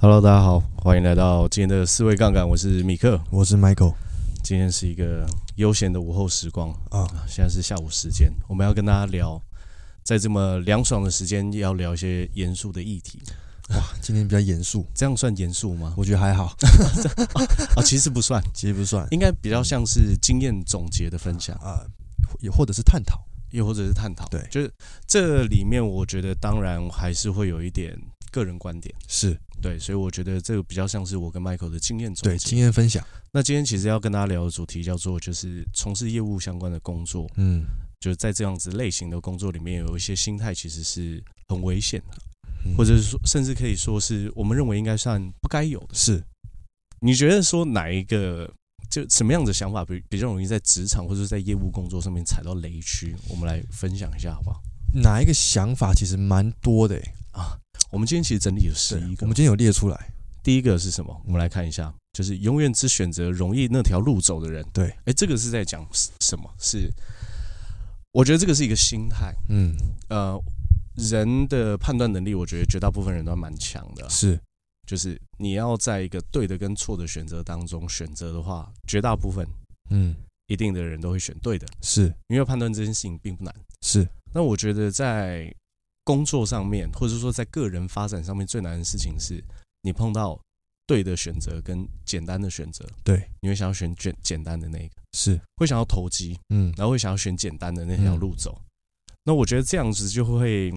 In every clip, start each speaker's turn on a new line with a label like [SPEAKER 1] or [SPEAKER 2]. [SPEAKER 1] Hello，大家好，欢迎来到今天的四位杠杆，我是米克。
[SPEAKER 2] 我是 Michael
[SPEAKER 1] 今天是一个悠闲的午后时光
[SPEAKER 2] 啊，
[SPEAKER 1] 啊，现在是下午时间，我们要跟大家聊，在这么凉爽的时间，要聊一些严肃的议题，
[SPEAKER 2] 今天比较严肃，
[SPEAKER 1] 这样算严肃吗？
[SPEAKER 2] 我觉得还 好，
[SPEAKER 1] 啊，其实不算，
[SPEAKER 2] 其实不算
[SPEAKER 1] 应该比较像是经验总结的分享，
[SPEAKER 2] 啊，也或者是探讨，
[SPEAKER 1] 又或者是探讨。
[SPEAKER 2] 对
[SPEAKER 1] 就是这里面，我觉得当然还是会有一点个人观点，
[SPEAKER 2] 是
[SPEAKER 1] 对，所以我觉得这个比较像是我跟 Michael 的经验总
[SPEAKER 2] 对
[SPEAKER 1] 结。
[SPEAKER 2] 经验分享，
[SPEAKER 1] 那今天其实要跟大家聊的主题叫做，就是从事业务相关的工作，
[SPEAKER 2] 嗯
[SPEAKER 1] 就是在这样子类型的工作里面，有一些心态其实是很危险的，
[SPEAKER 2] 嗯
[SPEAKER 1] 或者是说，甚至可以说是我们认为应该算不该有的。
[SPEAKER 2] 是
[SPEAKER 1] 你觉得说哪一个就什么样子的想法比比较容易在职场或者是在业务工作上面踩到雷区？我们来分享一下好不好？
[SPEAKER 2] 哪一个想法其实蛮多的欸，
[SPEAKER 1] 啊，我们今天其实整理有十一
[SPEAKER 2] 我
[SPEAKER 1] 个
[SPEAKER 2] 们，今啊天有列出来，
[SPEAKER 1] 第一个是什么？我们来看一下，就是永远只选择容易那条路走的人。
[SPEAKER 2] 对，
[SPEAKER 1] 哎，这个是在讲什什么？是我觉得这个是一个心态。
[SPEAKER 2] 嗯
[SPEAKER 1] 呃，人的判断能力，我觉得绝大部分人都还蛮强的啊。
[SPEAKER 2] 嗯是
[SPEAKER 1] 就是你要在一个对的跟错的选择当中选择的话，绝大部分
[SPEAKER 2] 嗯
[SPEAKER 1] 一定的人都会选对的，
[SPEAKER 2] 是
[SPEAKER 1] 因为判断这件事情并不难。
[SPEAKER 2] 是
[SPEAKER 1] 那我觉得在工作上面，或者说在个人发展上面，最难的事情是你碰到对的选择跟简单的选择，
[SPEAKER 2] 对
[SPEAKER 1] 你会想要选简简单的那一个，
[SPEAKER 2] 是
[SPEAKER 1] 会想要投机，
[SPEAKER 2] 嗯
[SPEAKER 1] 然后会想要选简单的那条
[SPEAKER 2] 嗯
[SPEAKER 1] 路走。那我觉得这样子就会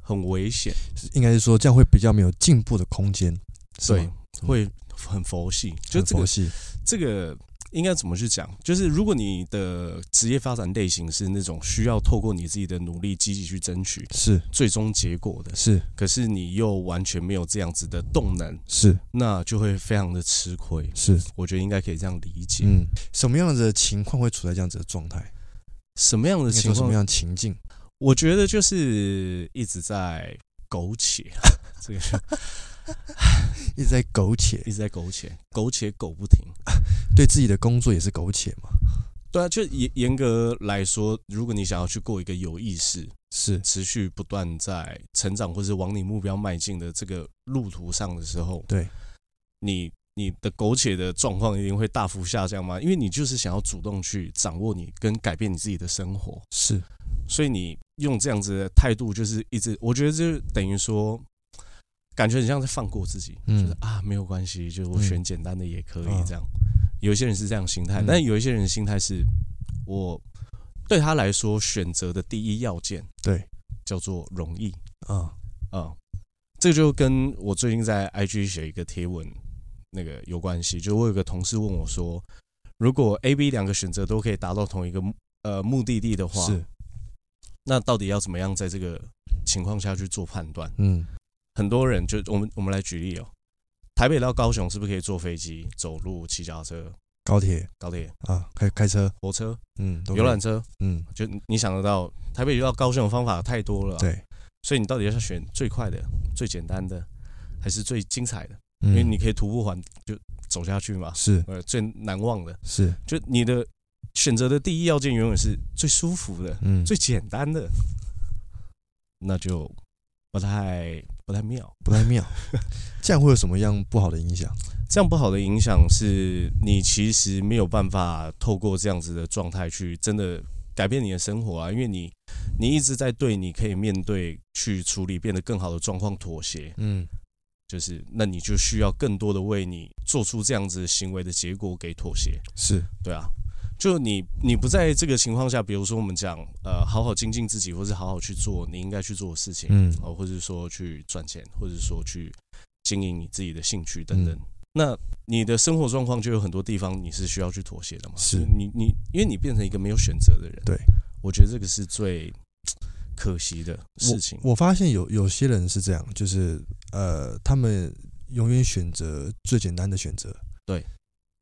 [SPEAKER 1] 很危险。
[SPEAKER 2] 是应该是说这样会比较没有进步的空间，是
[SPEAKER 1] 对
[SPEAKER 2] 吗，嗯
[SPEAKER 1] 会很佛系。就
[SPEAKER 2] 很
[SPEAKER 1] 这个
[SPEAKER 2] 佛系
[SPEAKER 1] 这个应该怎么去讲？就是如果你的职业发展类型是那种需要透过你自己的努力积极去争取
[SPEAKER 2] 是
[SPEAKER 1] 最终结果的，
[SPEAKER 2] 是
[SPEAKER 1] 可是你又完全没有这样子的动能，
[SPEAKER 2] 是
[SPEAKER 1] 那就会非常的吃亏。
[SPEAKER 2] 是
[SPEAKER 1] 我觉得应该可以这样理解。
[SPEAKER 2] 嗯，什么样的情况会处在这样子的状态？
[SPEAKER 1] 什么样的
[SPEAKER 2] 应该
[SPEAKER 1] 情
[SPEAKER 2] 说什么
[SPEAKER 1] 况？
[SPEAKER 2] 样的情境？
[SPEAKER 1] 我觉得就是一直在苟且， 这个
[SPEAKER 2] 一直在苟且，
[SPEAKER 1] 一直在苟且，苟且苟不停。
[SPEAKER 2] 对自己的工作也是苟且嘛？
[SPEAKER 1] 对啊，就严严格来说，如果你想要去过一个有意识、
[SPEAKER 2] 是
[SPEAKER 1] 持续不断在成长或是往你目标迈进的这个路途上的时候，
[SPEAKER 2] 对
[SPEAKER 1] 你你的苟且的状况一定会大幅下降吗？因为你就是想要主动去掌握你跟改变你自己的生活，
[SPEAKER 2] 是
[SPEAKER 1] 所以你用这样子的态度，就是一直，我觉得就等于说。感觉很像在放过自己，
[SPEAKER 2] 嗯
[SPEAKER 1] 就是啊，没有关系，就是我
[SPEAKER 2] 嗯
[SPEAKER 1] 选简单的也可以
[SPEAKER 2] 啊
[SPEAKER 1] 这样。有一些人是这样心态，
[SPEAKER 2] 嗯
[SPEAKER 1] 但有一些人的心态是，我对他来说选择的第一要件
[SPEAKER 2] 对
[SPEAKER 1] 叫做容易，
[SPEAKER 2] 啊，
[SPEAKER 1] 啊、这就跟我最近在 IG 写一个贴文那个有关系。就我有个同事问我说，如果 A、B 两个选择都可以达到同一个目呃目的地的话，
[SPEAKER 2] 是
[SPEAKER 1] 那到底要怎么样在这个情况下去做判断？
[SPEAKER 2] 嗯
[SPEAKER 1] 很多人就我们我们来举例哦，台北到高雄是不是可以坐飞机、走路、骑脚踏车、
[SPEAKER 2] 高铁
[SPEAKER 1] 高铁、
[SPEAKER 2] 啊，开开车，
[SPEAKER 1] 火车、
[SPEAKER 2] 嗯，都可以
[SPEAKER 1] 游览，车？
[SPEAKER 2] 嗯，
[SPEAKER 1] 就你想得到，台北到高雄的方法太多了啊、
[SPEAKER 2] 对，
[SPEAKER 1] 所以你到底要选最快的、最简单的，还是最精彩的？
[SPEAKER 2] 因
[SPEAKER 1] 因为你可以徒步环就走下去嘛。
[SPEAKER 2] 嗯是
[SPEAKER 1] 呃，最难忘的，
[SPEAKER 2] 是
[SPEAKER 1] 就你的选择的第一要件永远是最舒服的、
[SPEAKER 2] 嗯，
[SPEAKER 1] 最简单的，那就不太不太妙。
[SPEAKER 2] 不太妙，这样会有什么样不好的影响？
[SPEAKER 1] 这样不好的影响是你其实没有办法透过这样子的状态去真的改变你的生活啊，因为你你一直在对你可以面对去处理变得更好的状况妥协，
[SPEAKER 2] 嗯，
[SPEAKER 1] 就是那你就需要更多的为你做出这样子行为的结果给妥协。
[SPEAKER 2] 是
[SPEAKER 1] 对啊，就你你不在这个情况下，比如说我们讲呃，好好精进自己，或是好好去做你应该去做的事情，
[SPEAKER 2] 嗯
[SPEAKER 1] 哦，或者说去赚钱，或者说去经营你自己的兴趣等
[SPEAKER 2] 嗯
[SPEAKER 1] 等。那你的生活状况就有很多地方你是需要去妥协的嘛？
[SPEAKER 2] 是
[SPEAKER 1] 你你因为你变成一个没有选择的人，
[SPEAKER 2] 对，
[SPEAKER 1] 我觉得这个是最可惜的事情。
[SPEAKER 2] 我发现有有些人是这样，就是呃，他们永远选择最简单的选择，
[SPEAKER 1] 对，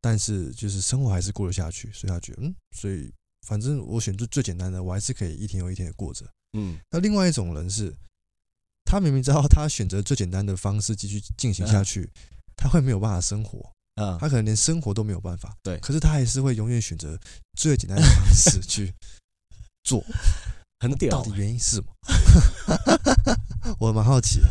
[SPEAKER 2] 但是就是生活还是过得下去，所以他觉得嗯，所以反正我选最最简单的，我还是可以一天又一天的过着。
[SPEAKER 1] 嗯，
[SPEAKER 2] 那另外一种人是，他明明知道他选择最简单的方式继续进行
[SPEAKER 1] 嗯
[SPEAKER 2] 下去，他会没有办法生活，
[SPEAKER 1] 啊，
[SPEAKER 2] 他可能连生活都没有办法。
[SPEAKER 1] 对
[SPEAKER 2] 可是他还是会永远选择最简单的方 式去做，
[SPEAKER 1] 很屌
[SPEAKER 2] 到
[SPEAKER 1] 欸、
[SPEAKER 2] 底原因是什么？我蛮好奇的，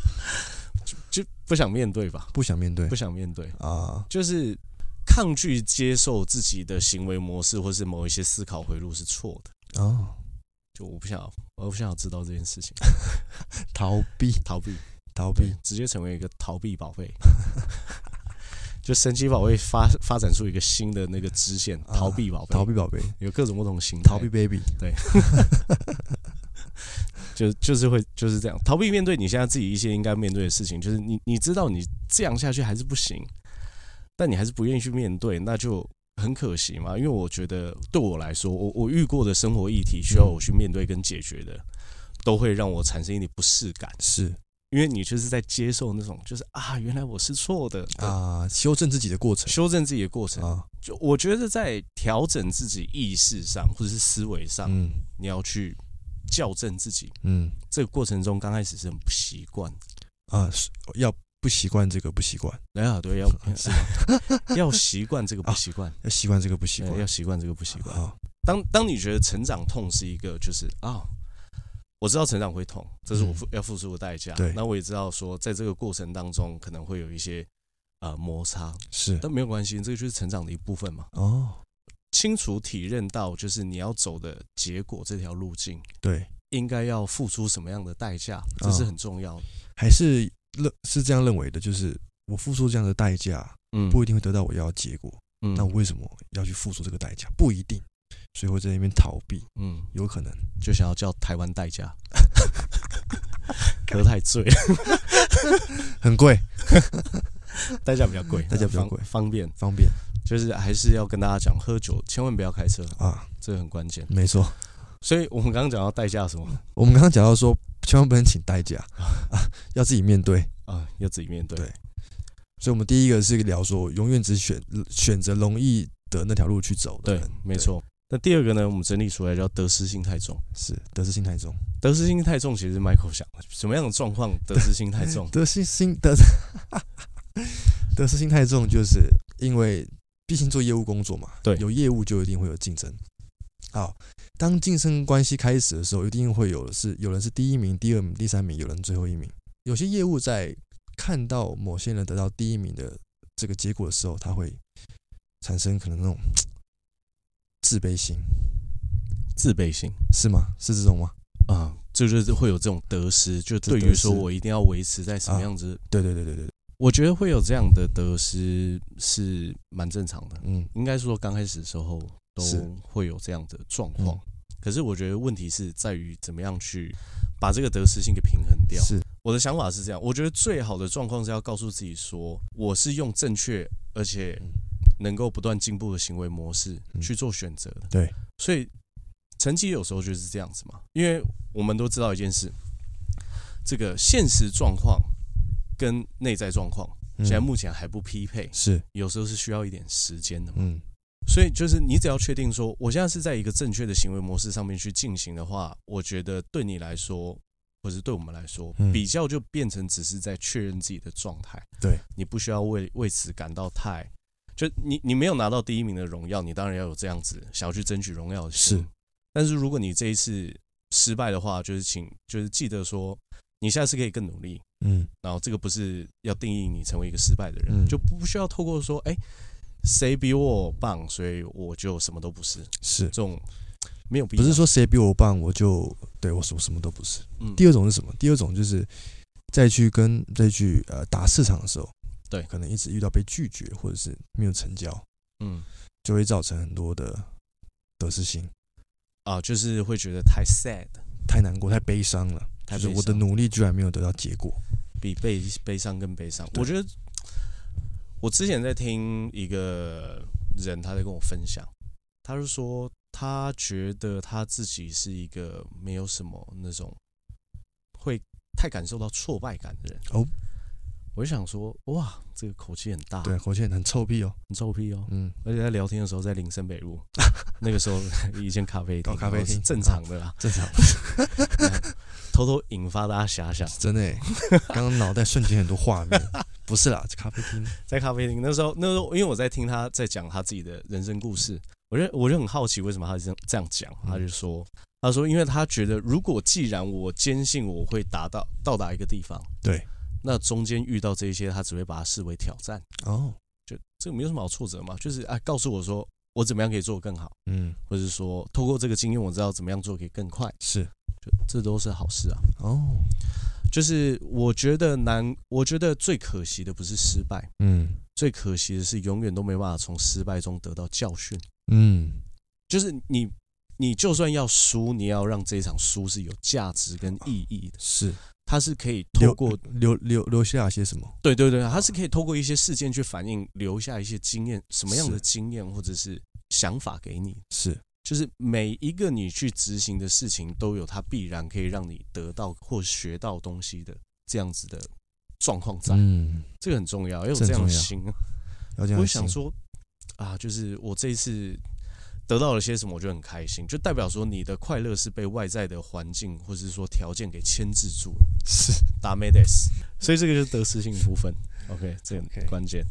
[SPEAKER 1] 就不想面对吧，
[SPEAKER 2] 不想面对
[SPEAKER 1] 不想面对，
[SPEAKER 2] 啊，
[SPEAKER 1] 就是抗拒接受自己的行为模式或是某一些思考回路是错的。
[SPEAKER 2] 哦，
[SPEAKER 1] 就我不想，我不想知道这件事情，
[SPEAKER 2] 逃避，
[SPEAKER 1] 逃避，
[SPEAKER 2] 逃
[SPEAKER 1] 对
[SPEAKER 2] 避，，
[SPEAKER 1] 直接成为一个逃避宝贝。 就神奇宝贝发发展出一个新的那个支线，
[SPEAKER 2] 啊
[SPEAKER 1] 逃避宝贝，
[SPEAKER 2] 逃避宝贝，
[SPEAKER 1] 有各种不同的形态，
[SPEAKER 2] 逃避 baby，
[SPEAKER 1] 就就是会就是这样，逃避面对你现在自己一些应该面对的事情，就是你你知道你这样下去还是不行，但你还是不愿意去面对，那就很可惜嘛。因为我觉得对我来说，我我遇过的生活议题需要我去面对跟解决的，都会让我产生一点不适感，
[SPEAKER 2] 是
[SPEAKER 1] 因为你就是在接受那种就是啊，原来我是错的啊，
[SPEAKER 2] 啊，修正自己的过程
[SPEAKER 1] 修正自己的过程。
[SPEAKER 2] 啊，
[SPEAKER 1] 就我觉得在调整自己意识上或者是思维上，
[SPEAKER 2] 嗯
[SPEAKER 1] 你要去校正自己。
[SPEAKER 2] 嗯
[SPEAKER 1] 这个过程中刚开始是很不习惯的。
[SPEAKER 2] 啊，是要不习惯这个不习惯，
[SPEAKER 1] 哎呀，对，要 是 吧要习惯这个不习惯，
[SPEAKER 2] 要习惯这个不习
[SPEAKER 1] 对
[SPEAKER 2] 惯
[SPEAKER 1] 要，习惯这个不习惯。
[SPEAKER 2] 啊，
[SPEAKER 1] 当当你觉得成长痛是一个，就是啊、我知道成长会痛，这是我付、要付出的代价。
[SPEAKER 2] 嗯对
[SPEAKER 1] 那我也知道说，在这个过程当中可能会有一些呃摩擦，
[SPEAKER 2] 是
[SPEAKER 1] 但没有关系，这个就是成长的一部分嘛。
[SPEAKER 2] 哦，
[SPEAKER 1] 清楚体认到，就是你要走的结果这条路径，
[SPEAKER 2] 对，
[SPEAKER 1] 应该要付出什么样的代价，
[SPEAKER 2] 嗯
[SPEAKER 1] 这是很重要的。
[SPEAKER 2] 还是认是这样认为的，就是我付出这样的代价，
[SPEAKER 1] 嗯，
[SPEAKER 2] 不一定会得到我要的结果，
[SPEAKER 1] 嗯，
[SPEAKER 2] 那我为什么要去付出这个代价？不一定，所以会在那边逃避，
[SPEAKER 1] 嗯，
[SPEAKER 2] 有可能。
[SPEAKER 1] 就想要叫台湾代 驾，喝太醉 了，
[SPEAKER 2] 很贵，
[SPEAKER 1] 代驾比较贵，
[SPEAKER 2] 代驾比较贵
[SPEAKER 1] 方方便，
[SPEAKER 2] 方便
[SPEAKER 1] 就是还是要跟大家讲，喝酒千万不要开车，
[SPEAKER 2] 啊，
[SPEAKER 1] 这个很关键。
[SPEAKER 2] 没错。
[SPEAKER 1] 所以我们刚刚讲到代驾什么
[SPEAKER 2] 我们刚刚讲到说，千万不能请代 驾啊，要自己面对。
[SPEAKER 1] 啊，要自己面对
[SPEAKER 2] 对。所以，我们第一个是聊说，永远只选选择容易的那条路去走的
[SPEAKER 1] 对
[SPEAKER 2] 人，，
[SPEAKER 1] 没错。那第二个呢，我们整理出来叫得失心太重。
[SPEAKER 2] 是得失心太重，
[SPEAKER 1] 得失心太重，其实 Michael 想的，什么样的状况得失心太 重？
[SPEAKER 2] 得失心得 得失心太重，就是因为毕竟做业务工作嘛，
[SPEAKER 1] 对
[SPEAKER 2] 有业务就一定会有竞争。好，当竞争关系开始的时候，一定会有的是有人是第一名、第二名、第三名，有人最后一名。有些业务在看到某些人得到第一名的这个结果的时候，他会产生可能那种自卑心，
[SPEAKER 1] 自卑心
[SPEAKER 2] 是吗？是这种吗？
[SPEAKER 1] 啊，这就是会有这种得失，就对
[SPEAKER 2] 这得
[SPEAKER 1] 于
[SPEAKER 2] 失
[SPEAKER 1] 说我一定要维持在什么
[SPEAKER 2] 啊
[SPEAKER 1] 样子，
[SPEAKER 2] 对对对对对，对
[SPEAKER 1] 我觉得会有这样的得失是蛮正常的。
[SPEAKER 2] 嗯，
[SPEAKER 1] 应该说刚开始的时候都
[SPEAKER 2] 是
[SPEAKER 1] 会有这样的状况
[SPEAKER 2] 嗯，
[SPEAKER 1] 可是我觉得问题是在于怎么样去把这个得失性给平衡掉。
[SPEAKER 2] 是
[SPEAKER 1] 我的想法是这样，我觉得最好的状况是要告诉自己说，我是用正确而且
[SPEAKER 2] 嗯
[SPEAKER 1] 能够不断进步的行为模式
[SPEAKER 2] 嗯
[SPEAKER 1] 去做选择的。
[SPEAKER 2] 对，
[SPEAKER 1] 所以成绩有时候就是这样子嘛，因为我们都知道一件事，这个现实状况跟内在状况
[SPEAKER 2] 嗯
[SPEAKER 1] 现在目前还不匹配，
[SPEAKER 2] 是
[SPEAKER 1] 有时候是需要一点时间的嘛。
[SPEAKER 2] 嗯
[SPEAKER 1] 所以就是你只要确定说，我现在是在一个正确的行为模式上面去进行的话，我觉得对你来说，或是对我们来说，
[SPEAKER 2] 嗯
[SPEAKER 1] 比较就变成只是在确认自己的状态。
[SPEAKER 2] 对，
[SPEAKER 1] 你不需要为为此感到太，就你你没有拿到第一名的荣耀，你当然要有这样子想要去争取荣耀的心。
[SPEAKER 2] 是，
[SPEAKER 1] 但是如果你这一次失败的话，就是请就是记得说，你下次可以更努力，
[SPEAKER 2] 嗯
[SPEAKER 1] 然后这个不是要定义你成为一个失败的人，
[SPEAKER 2] 嗯
[SPEAKER 1] 就不需要透过说，哎、谁比我棒，所以我就什么都不是，
[SPEAKER 2] 是
[SPEAKER 1] 这。种没有必要。
[SPEAKER 2] 不是说谁比我棒，我就对我什么什么都不是。
[SPEAKER 1] 嗯
[SPEAKER 2] 第二种是什么？第二种就是再去跟再去呃打市场的时候，
[SPEAKER 1] 对
[SPEAKER 2] 可能一直遇到被拒绝或者是没有成交，
[SPEAKER 1] 嗯
[SPEAKER 2] 就会造成很多的得失心，
[SPEAKER 1] 啊，就是会觉得太 sad，
[SPEAKER 2] 太难过、太悲伤了。
[SPEAKER 1] 太
[SPEAKER 2] 就是
[SPEAKER 1] 悲
[SPEAKER 2] 我的
[SPEAKER 1] 伤
[SPEAKER 2] 努力居然没有得到结果。
[SPEAKER 1] 比悲悲伤更悲伤。
[SPEAKER 2] 对
[SPEAKER 1] 我觉得我之前在听一个人，他在跟我分享，他就说他觉得他自己是一个没有什么那种会太感受到挫败感的人。
[SPEAKER 2] 哦，
[SPEAKER 1] 我就想说，哇，这个口气很大，
[SPEAKER 2] 对，口气很臭屁哦。
[SPEAKER 1] 很臭屁哦。
[SPEAKER 2] 嗯，
[SPEAKER 1] 而且在聊天的时候，在林森北 路那个时候，一间咖啡厅，
[SPEAKER 2] 哦咖啡厅嗯
[SPEAKER 1] 是 正常的啦，
[SPEAKER 2] 正常，
[SPEAKER 1] 偷偷引发大家遐想。
[SPEAKER 2] 真的欸。刚刚脑袋瞬间很多画面。不是啦，这咖啡厅
[SPEAKER 1] 在咖啡厅那时候，那时候因为我在听他在讲他自己的人生故事，我就我就很好奇为什么他这样这样讲，
[SPEAKER 2] 嗯
[SPEAKER 1] 他就说，他说因为他觉得如果既然我坚信我会达到到达一个地方，
[SPEAKER 2] 对，
[SPEAKER 1] 那中间遇到这一些，他只会把它视为挑战，
[SPEAKER 2] 哦，
[SPEAKER 1] 就这个没有什么好挫折嘛，就是啊，告诉我说我怎么样可以做得更好，
[SPEAKER 2] 嗯，
[SPEAKER 1] 或者是说透过这个经验，我知道怎么样做可以更快，
[SPEAKER 2] 是，
[SPEAKER 1] 就这都是好事啊。
[SPEAKER 2] 哦，
[SPEAKER 1] 就是我觉得难，我觉得最可惜的不是失败，
[SPEAKER 2] 嗯
[SPEAKER 1] 最可惜的是永远都没办法从失败中得到教训。
[SPEAKER 2] 嗯，
[SPEAKER 1] 就是你，你就算要输，你要让这一场输是有价值跟意义的，
[SPEAKER 2] 是
[SPEAKER 1] 它是可以透
[SPEAKER 2] 留
[SPEAKER 1] 过
[SPEAKER 2] 留留留下些什么？
[SPEAKER 1] 对对对，它是可以透过一些事件去反映，留下一些经验，什么样的
[SPEAKER 2] 是
[SPEAKER 1] 经验或者是想法给你。
[SPEAKER 2] 是，
[SPEAKER 1] 就是每一个你去执行的事情，都有它必然可以让你得到或学到东西的这样子的状况在。
[SPEAKER 2] 嗯，
[SPEAKER 1] 这个很重要，要有
[SPEAKER 2] 这很
[SPEAKER 1] 这样的
[SPEAKER 2] 重要
[SPEAKER 1] 心啊。
[SPEAKER 2] 要这
[SPEAKER 1] 我
[SPEAKER 2] 样
[SPEAKER 1] 就想
[SPEAKER 2] 想
[SPEAKER 1] 说啊，就是我这一次得到了些什么，我就很开心，就代表说你的快乐是被外在的环境或是说条件给牵制住了，
[SPEAKER 2] 是
[SPEAKER 1] 达没得斯。所以这个就是得失性的部分。OK，这个
[SPEAKER 2] OK
[SPEAKER 1] 关键。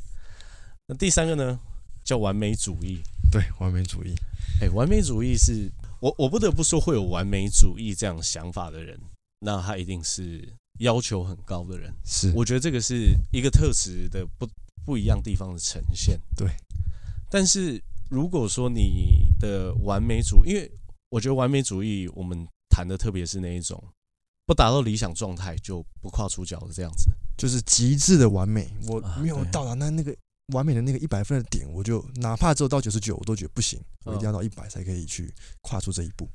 [SPEAKER 1] 那第三个呢，叫完美主义。
[SPEAKER 2] 对完美主义，
[SPEAKER 1] 哎、完美主义是我我不得不说会有完美主义这样想法的人，那他一定是要求很高的人。
[SPEAKER 2] 是
[SPEAKER 1] 我觉得这个是一个特质的不不一样地方的呈现。
[SPEAKER 2] 对，
[SPEAKER 1] 但是如果说你的完美主，因为我觉得完美主义我们谈的特别是那一种不达到理想状态就不跨出脚的这样子。
[SPEAKER 2] 就是极致的完美，我
[SPEAKER 1] 啊
[SPEAKER 2] 没有
[SPEAKER 1] 对
[SPEAKER 2] 到达那那个完美的那个一百分的点，我就哪怕只有到九十九，我都觉得不行，我一
[SPEAKER 1] 嗯
[SPEAKER 2] 定要到一百才可以去跨出这一步。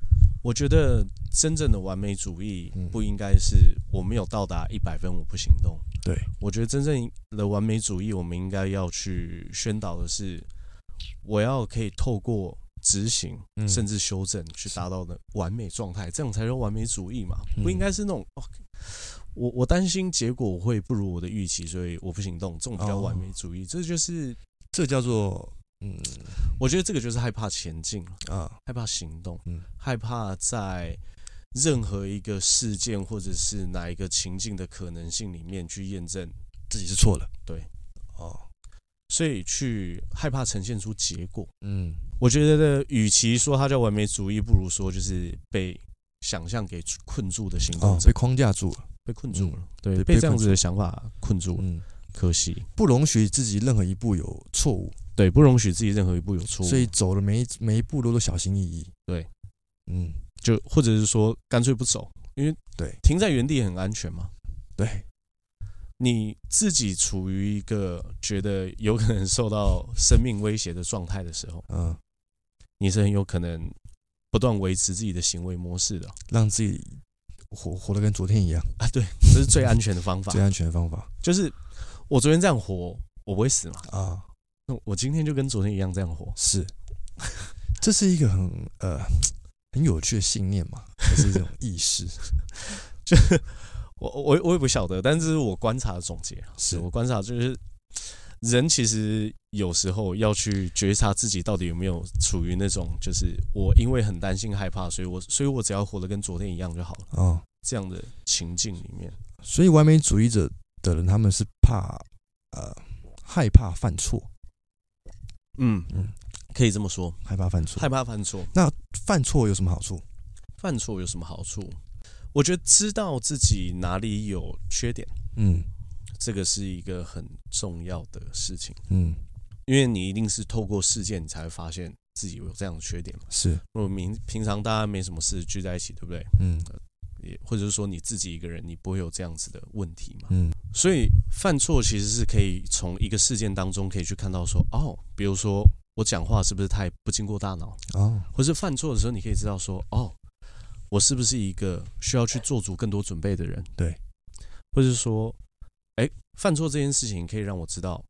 [SPEAKER 1] 我觉得真正的完美主义
[SPEAKER 2] 嗯
[SPEAKER 1] 不应该是我没有到达一百分我不行动。
[SPEAKER 2] 对，
[SPEAKER 1] 我觉得真正的完美主义，我们应该要去宣导的是，我要可以透过执行
[SPEAKER 2] 嗯
[SPEAKER 1] 甚至修正去达到的完美状态，这样才叫完美主义嘛，
[SPEAKER 2] 嗯
[SPEAKER 1] 不应该是那种。哦我我担心结果会不如我的预期，所以我不行动，这种比较
[SPEAKER 2] 哦
[SPEAKER 1] 完美主义。这就是
[SPEAKER 2] 这叫做嗯
[SPEAKER 1] 我觉得这个就是害怕前进，
[SPEAKER 2] 啊
[SPEAKER 1] 害怕行动，
[SPEAKER 2] 嗯
[SPEAKER 1] 害怕在任何一个事件或者是哪一个情境的可能性里面去验证
[SPEAKER 2] 自己是错了，
[SPEAKER 1] 对
[SPEAKER 2] 哦
[SPEAKER 1] 所以去害怕呈现出结果。
[SPEAKER 2] 嗯
[SPEAKER 1] 我觉得，与其说它叫完美主义，不如说就是被想象给困住的行
[SPEAKER 2] 哦
[SPEAKER 1] 动者，
[SPEAKER 2] 被框架住了，
[SPEAKER 1] 被困住了，
[SPEAKER 2] 嗯
[SPEAKER 1] 对，
[SPEAKER 2] 被
[SPEAKER 1] 被
[SPEAKER 2] 被
[SPEAKER 1] 这样
[SPEAKER 2] 困
[SPEAKER 1] 子的想法困住了，
[SPEAKER 2] 嗯，
[SPEAKER 1] 可惜，
[SPEAKER 2] 不容许自己任何一步有错误，
[SPEAKER 1] 对，不容许自己任何一步有错误，
[SPEAKER 2] 所以走的每一每一步都都小心翼翼。
[SPEAKER 1] 对，
[SPEAKER 2] 嗯
[SPEAKER 1] 就或者是说干脆不走，因为
[SPEAKER 2] 对
[SPEAKER 1] 停在原地很安全嘛。
[SPEAKER 2] 对，
[SPEAKER 1] 你自己处于一个觉得有可能受到生命威胁的状态的时候，
[SPEAKER 2] 嗯，
[SPEAKER 1] 你是很有可能不断维持自己的行为模式的
[SPEAKER 2] 让自己活活得跟昨天一样，
[SPEAKER 1] 啊。 对，这是最安全的方法
[SPEAKER 2] 最，安全的方法
[SPEAKER 1] 就是我昨天这样活，我不会死嘛。
[SPEAKER 2] 啊。
[SPEAKER 1] 那我今天就跟昨天一样这样活，
[SPEAKER 2] 是， 这是一个很呃很有趣的信念嘛，还是这种意识？
[SPEAKER 1] 就我我我也不晓得，但是这是我观察的总结啊。
[SPEAKER 2] 是
[SPEAKER 1] 我观察就是，人其实有时候要去觉察自己到底有没有处于那种，就是我因为很担心害怕，所以我所以我只要活得跟昨天一样就好了
[SPEAKER 2] 哦，
[SPEAKER 1] 这样的情境里面。
[SPEAKER 2] 所以完美主义者的人，他们是怕呃害怕犯错，
[SPEAKER 1] 嗯
[SPEAKER 2] 嗯，
[SPEAKER 1] 可以这么说，
[SPEAKER 2] 害怕犯错。
[SPEAKER 1] 害怕犯错，
[SPEAKER 2] 犯错有什么好处？
[SPEAKER 1] 犯错有什么好处？我觉得知道自己哪里有缺点，
[SPEAKER 2] 嗯
[SPEAKER 1] 这个是一个很重要的事情。
[SPEAKER 2] 嗯，
[SPEAKER 1] 因为你一定是透过事件，你才会发现自己有这样的缺点嘛。
[SPEAKER 2] 是
[SPEAKER 1] 如果明平常大家没什么事聚在一起，对不对？
[SPEAKER 2] 嗯
[SPEAKER 1] 也或者是说你自己一个人，你不会有这样子的问题嘛。
[SPEAKER 2] 嗯
[SPEAKER 1] 所以犯错其实是可以从一个事件当中可以去看到说，哦，比如说我讲话是不是太不经过大脑，
[SPEAKER 2] 哦
[SPEAKER 1] 或是犯错的时候，你可以知道说，哦，我是不是一个需要去做足更多准备的人？
[SPEAKER 2] 对，
[SPEAKER 1] 或是说，哎、犯错这件事情可以让我知道，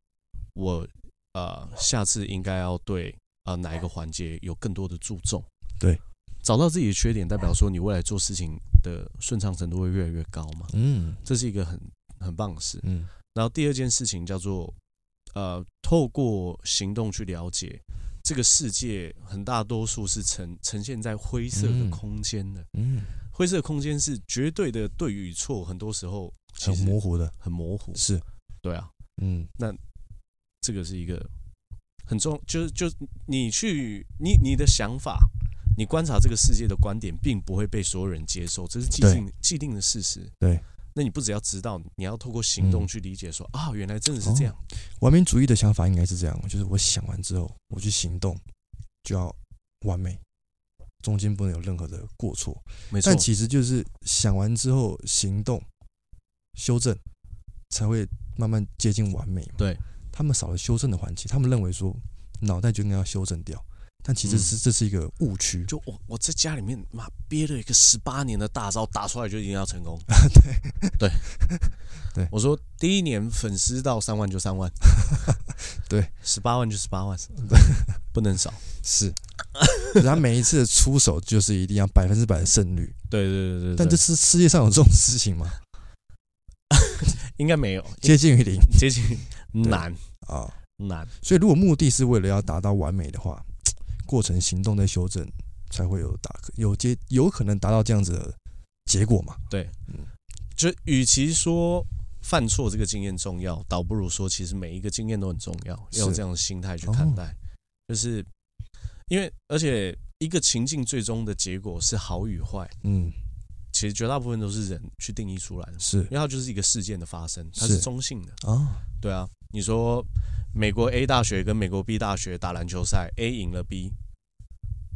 [SPEAKER 1] 我呃下次应该要对呃哪一个环节有更多的注重。
[SPEAKER 2] 对，
[SPEAKER 1] 找到自己的缺点，代表说你未来做事情的顺畅程度会越来越高嘛，
[SPEAKER 2] 嗯
[SPEAKER 1] 这是一个很很棒的事。
[SPEAKER 2] 嗯
[SPEAKER 1] 然后第二件事情叫做，呃，透过行动去了解这个世界，很大多数是呈呈现在灰色的
[SPEAKER 2] 嗯
[SPEAKER 1] 空间的。
[SPEAKER 2] 嗯，
[SPEAKER 1] 灰色空间是绝对的对与错，很多时候其
[SPEAKER 2] 很
[SPEAKER 1] 实
[SPEAKER 2] 模糊的
[SPEAKER 1] 很模糊。
[SPEAKER 2] 是
[SPEAKER 1] 对啊，
[SPEAKER 2] 嗯
[SPEAKER 1] 这个是一个很重，就是就是你去你你的想法。你观察这个世界的观点，并不会被所有人接受，这是既定既定的事实。
[SPEAKER 2] 对，嗯
[SPEAKER 1] 那你不只要知道，你要透过行动去理解说，啊，原来真
[SPEAKER 2] 哦
[SPEAKER 1] 的是这样。
[SPEAKER 2] 完美主义的想法应该是这样，就是我想完之后，我去行动，就要完美，中间不能有任何的过错。
[SPEAKER 1] 没错
[SPEAKER 2] 但，其实就是想完之后行动、修正，才会慢慢接近完美嘛。
[SPEAKER 1] 对，
[SPEAKER 2] 他们少了修正的环节，他们认为说脑袋就应该要修正掉，但其实是、
[SPEAKER 1] 嗯
[SPEAKER 2] 这是一个误区。
[SPEAKER 1] 就我我在家里面妈憋了一个十八年的大招，打出来就一定要成功。对对
[SPEAKER 2] 对
[SPEAKER 1] 我说第一年粉丝到三万就三万，
[SPEAKER 2] 对，
[SPEAKER 1] 十八万就十八万，不能少。
[SPEAKER 2] 是，可是他每一次的出手就是一定要百分之百的胜率，
[SPEAKER 1] 对对对对，
[SPEAKER 2] 但这
[SPEAKER 1] 对
[SPEAKER 2] 是世界上有这种事情吗？
[SPEAKER 1] 应该没有
[SPEAKER 2] 接近于零
[SPEAKER 1] 接近难
[SPEAKER 2] 啊、
[SPEAKER 1] 难，
[SPEAKER 2] 所以如果目的是为了要达到完美的话，过程行动再修正才会有达有接有可能达到这样子的结果嘛？
[SPEAKER 1] 就与其说。犯错这个经验重要，倒不如说其实每一个经验都很重要，
[SPEAKER 2] 是
[SPEAKER 1] 要有这样的心态去看待。就是因为，而且一个情境最终的结果是好与坏，
[SPEAKER 2] 嗯，
[SPEAKER 1] 其实绝大部分都是人去定义出来的，
[SPEAKER 2] 是
[SPEAKER 1] 因为它就是一个事件的发生，它
[SPEAKER 2] 是
[SPEAKER 1] 是中性的。
[SPEAKER 2] 啊，
[SPEAKER 1] 对啊，你说美国 A 大学跟美国 B 大学打篮球赛，A 赢了 B，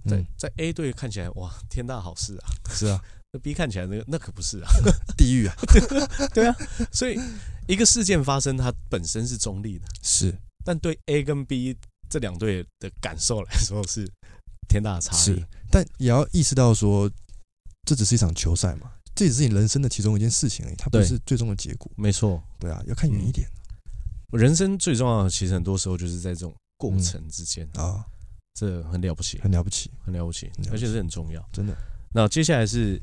[SPEAKER 1] 在、
[SPEAKER 2] 嗯
[SPEAKER 1] 在 A 队看起来哇天大好事啊，
[SPEAKER 2] 是啊，
[SPEAKER 1] 那 B 看起来那个那可不是啊。
[SPEAKER 2] 地狱啊，
[SPEAKER 1] 所以一个事件发生，它本身是中立的，
[SPEAKER 2] 是
[SPEAKER 1] 但对 A 跟 B 这两队的感受来说是天大的差异
[SPEAKER 2] 是。，但也要意识到说，这只是一场球赛嘛，这只是你人生的其中一件事情而已，它不
[SPEAKER 1] 对
[SPEAKER 2] 是最终的结果。
[SPEAKER 1] 没错，
[SPEAKER 2] 对啊，要看远一点
[SPEAKER 1] 人生最重要的其实很多时候就是在这种过程之间，
[SPEAKER 2] 嗯啊，
[SPEAKER 1] 这很了不起，
[SPEAKER 2] 很了不起，
[SPEAKER 1] 很了不起
[SPEAKER 2] 很了，不
[SPEAKER 1] 而且
[SPEAKER 2] 起
[SPEAKER 1] 是很重要。
[SPEAKER 2] 真的。
[SPEAKER 1] 那接下来是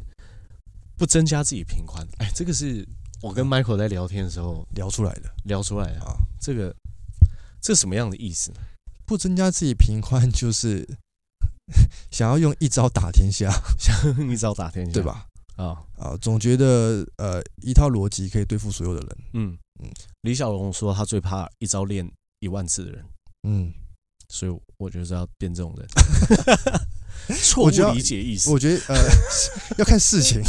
[SPEAKER 1] 不增加自己频宽，哎，这个是我
[SPEAKER 2] 嗯
[SPEAKER 1] 跟 Michael 在聊天的时候
[SPEAKER 2] 聊出来的
[SPEAKER 1] 聊出来的。
[SPEAKER 2] 啊，
[SPEAKER 1] 这个这什么样的意 思呢？
[SPEAKER 2] 不增加自己频宽，就是 想要用一招打天下，
[SPEAKER 1] 一招打天下，
[SPEAKER 2] 对？吧？
[SPEAKER 1] 啊，
[SPEAKER 2] 啊，总觉得呃一套逻辑可以对付所有的人。
[SPEAKER 1] 嗯
[SPEAKER 2] 嗯
[SPEAKER 1] 李小龙说他最怕一招练一万次的人，
[SPEAKER 2] 嗯，
[SPEAKER 1] 所以我就是要变这种人。错误
[SPEAKER 2] 我觉得
[SPEAKER 1] 理解意思
[SPEAKER 2] 我，觉得呃 要看事情，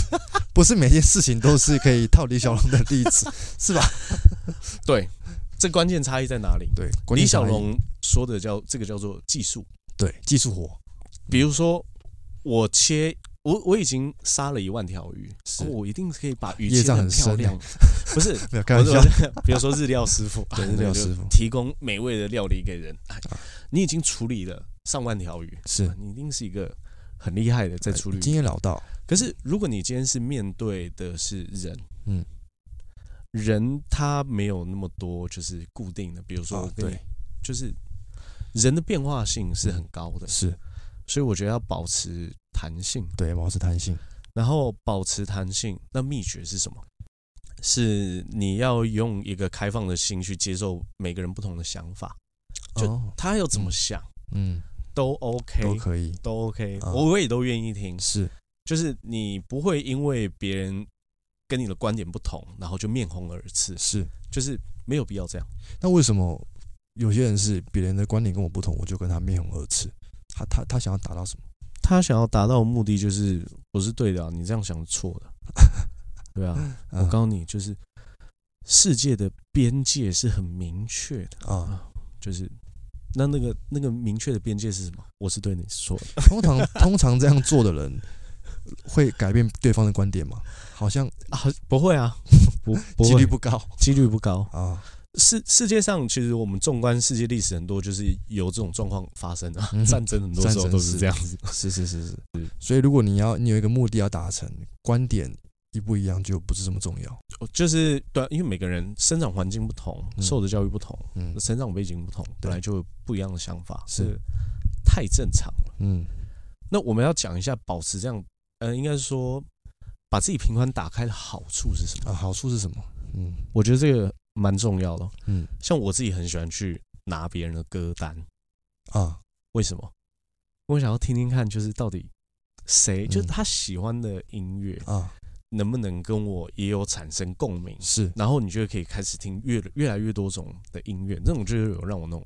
[SPEAKER 2] 不是每件事情都是可以套李小龙的例子，是吧？
[SPEAKER 1] 对，这关键差异在哪里？
[SPEAKER 2] 对，关键
[SPEAKER 1] 李小
[SPEAKER 2] 差异
[SPEAKER 1] 龙说的叫这个叫做技术，
[SPEAKER 2] 对技术活
[SPEAKER 1] 比如说我切。我我已经杀了一万条鱼，
[SPEAKER 2] 是
[SPEAKER 1] 我一定可以把鱼
[SPEAKER 2] 业
[SPEAKER 1] 切得
[SPEAKER 2] 障
[SPEAKER 1] 很
[SPEAKER 2] 很
[SPEAKER 1] 漂
[SPEAKER 2] 深
[SPEAKER 1] 亮。不是，
[SPEAKER 2] 没 有开
[SPEAKER 1] 我
[SPEAKER 2] 玩
[SPEAKER 1] 是
[SPEAKER 2] 笑
[SPEAKER 1] 我，是 比如说日料师傅，
[SPEAKER 2] 对
[SPEAKER 1] 啊
[SPEAKER 2] 日料
[SPEAKER 1] 就
[SPEAKER 2] 师傅
[SPEAKER 1] 提供美味的料理给人，哎
[SPEAKER 2] 啊，
[SPEAKER 1] 你已经处理了上万条鱼，
[SPEAKER 2] 是
[SPEAKER 1] 啊你一定是一个很厉害的在处理
[SPEAKER 2] 经
[SPEAKER 1] 鱼。
[SPEAKER 2] 哎验老道，
[SPEAKER 1] 可是如果你今天是面对的是人，
[SPEAKER 2] 嗯，
[SPEAKER 1] 哦人他没有那么多就是固定的，比如说
[SPEAKER 2] 啊
[SPEAKER 1] 我跟你
[SPEAKER 2] 对
[SPEAKER 1] 就是人的变化性是很高的，
[SPEAKER 2] 是
[SPEAKER 1] 所以我觉得要保持弹性。
[SPEAKER 2] 对保持弹性，
[SPEAKER 1] 然后保持弹性，那秘诀是什么？是你要用一个开放的心去接受每个人不同的想法，就
[SPEAKER 2] 哦
[SPEAKER 1] 他要怎么想
[SPEAKER 2] 嗯
[SPEAKER 1] 都 OK，
[SPEAKER 2] 都可以
[SPEAKER 1] 都 OK，、
[SPEAKER 2] 啊
[SPEAKER 1] 我我也都愿意听。
[SPEAKER 2] 是
[SPEAKER 1] 就是你不会因为别人跟你的观点不同，然后就面红耳赤，
[SPEAKER 2] 是。
[SPEAKER 1] 就是没有必要这样。
[SPEAKER 2] 那为什么有些人是别人的观点跟我不同，我就跟他面红耳赤？他他他想要达到什么？
[SPEAKER 1] 他想要达到的目的就是我是对的、啊，你这样想是错 的，对啊。
[SPEAKER 2] 我
[SPEAKER 1] 我告诉你，就是世界的边界是很明确的。
[SPEAKER 2] 啊，
[SPEAKER 1] 就是那那个那个明确的边界是什么？我是对你说的，
[SPEAKER 2] 通常通常这样做的人会改变对方的观点吗？好像
[SPEAKER 1] 啊，不会啊，不不
[SPEAKER 2] 几
[SPEAKER 1] 会
[SPEAKER 2] 率，不高
[SPEAKER 1] 几率不高。
[SPEAKER 2] 啊。
[SPEAKER 1] 世世界上其实我们纵观世界历史，很多就是有这种状况发生啊，
[SPEAKER 2] 嗯
[SPEAKER 1] 战争很多时候都是这样子。
[SPEAKER 2] 是是是是，所以如果你要你有一个目的要达成，观点一不一样就不是这么重要。
[SPEAKER 1] 就是对啊、因为每个人生长环境不同，
[SPEAKER 2] 嗯
[SPEAKER 1] 受的教育不同，
[SPEAKER 2] 嗯
[SPEAKER 1] 成长背景不同，本来就有不一样的想法，
[SPEAKER 2] 是
[SPEAKER 1] 这太正常了。
[SPEAKER 2] 嗯，
[SPEAKER 1] 那我们要讲一下保持这样，呃，应该说把自己平宽打开的好处是什么？
[SPEAKER 2] 啊，好处是什么？嗯
[SPEAKER 1] 我觉得这个蛮重要的哦。
[SPEAKER 2] 嗯
[SPEAKER 1] 像我自己很喜欢去拿别人的歌单，
[SPEAKER 2] 啊，
[SPEAKER 1] 为什么？我想要听听看，就是到底谁，
[SPEAKER 2] 嗯
[SPEAKER 1] 就是他喜欢的音乐，
[SPEAKER 2] 啊，
[SPEAKER 1] 能不能跟我也有产生共鸣？
[SPEAKER 2] 是
[SPEAKER 1] 然后你就可以开始听越越来越多种的音乐，那种就是有让我那种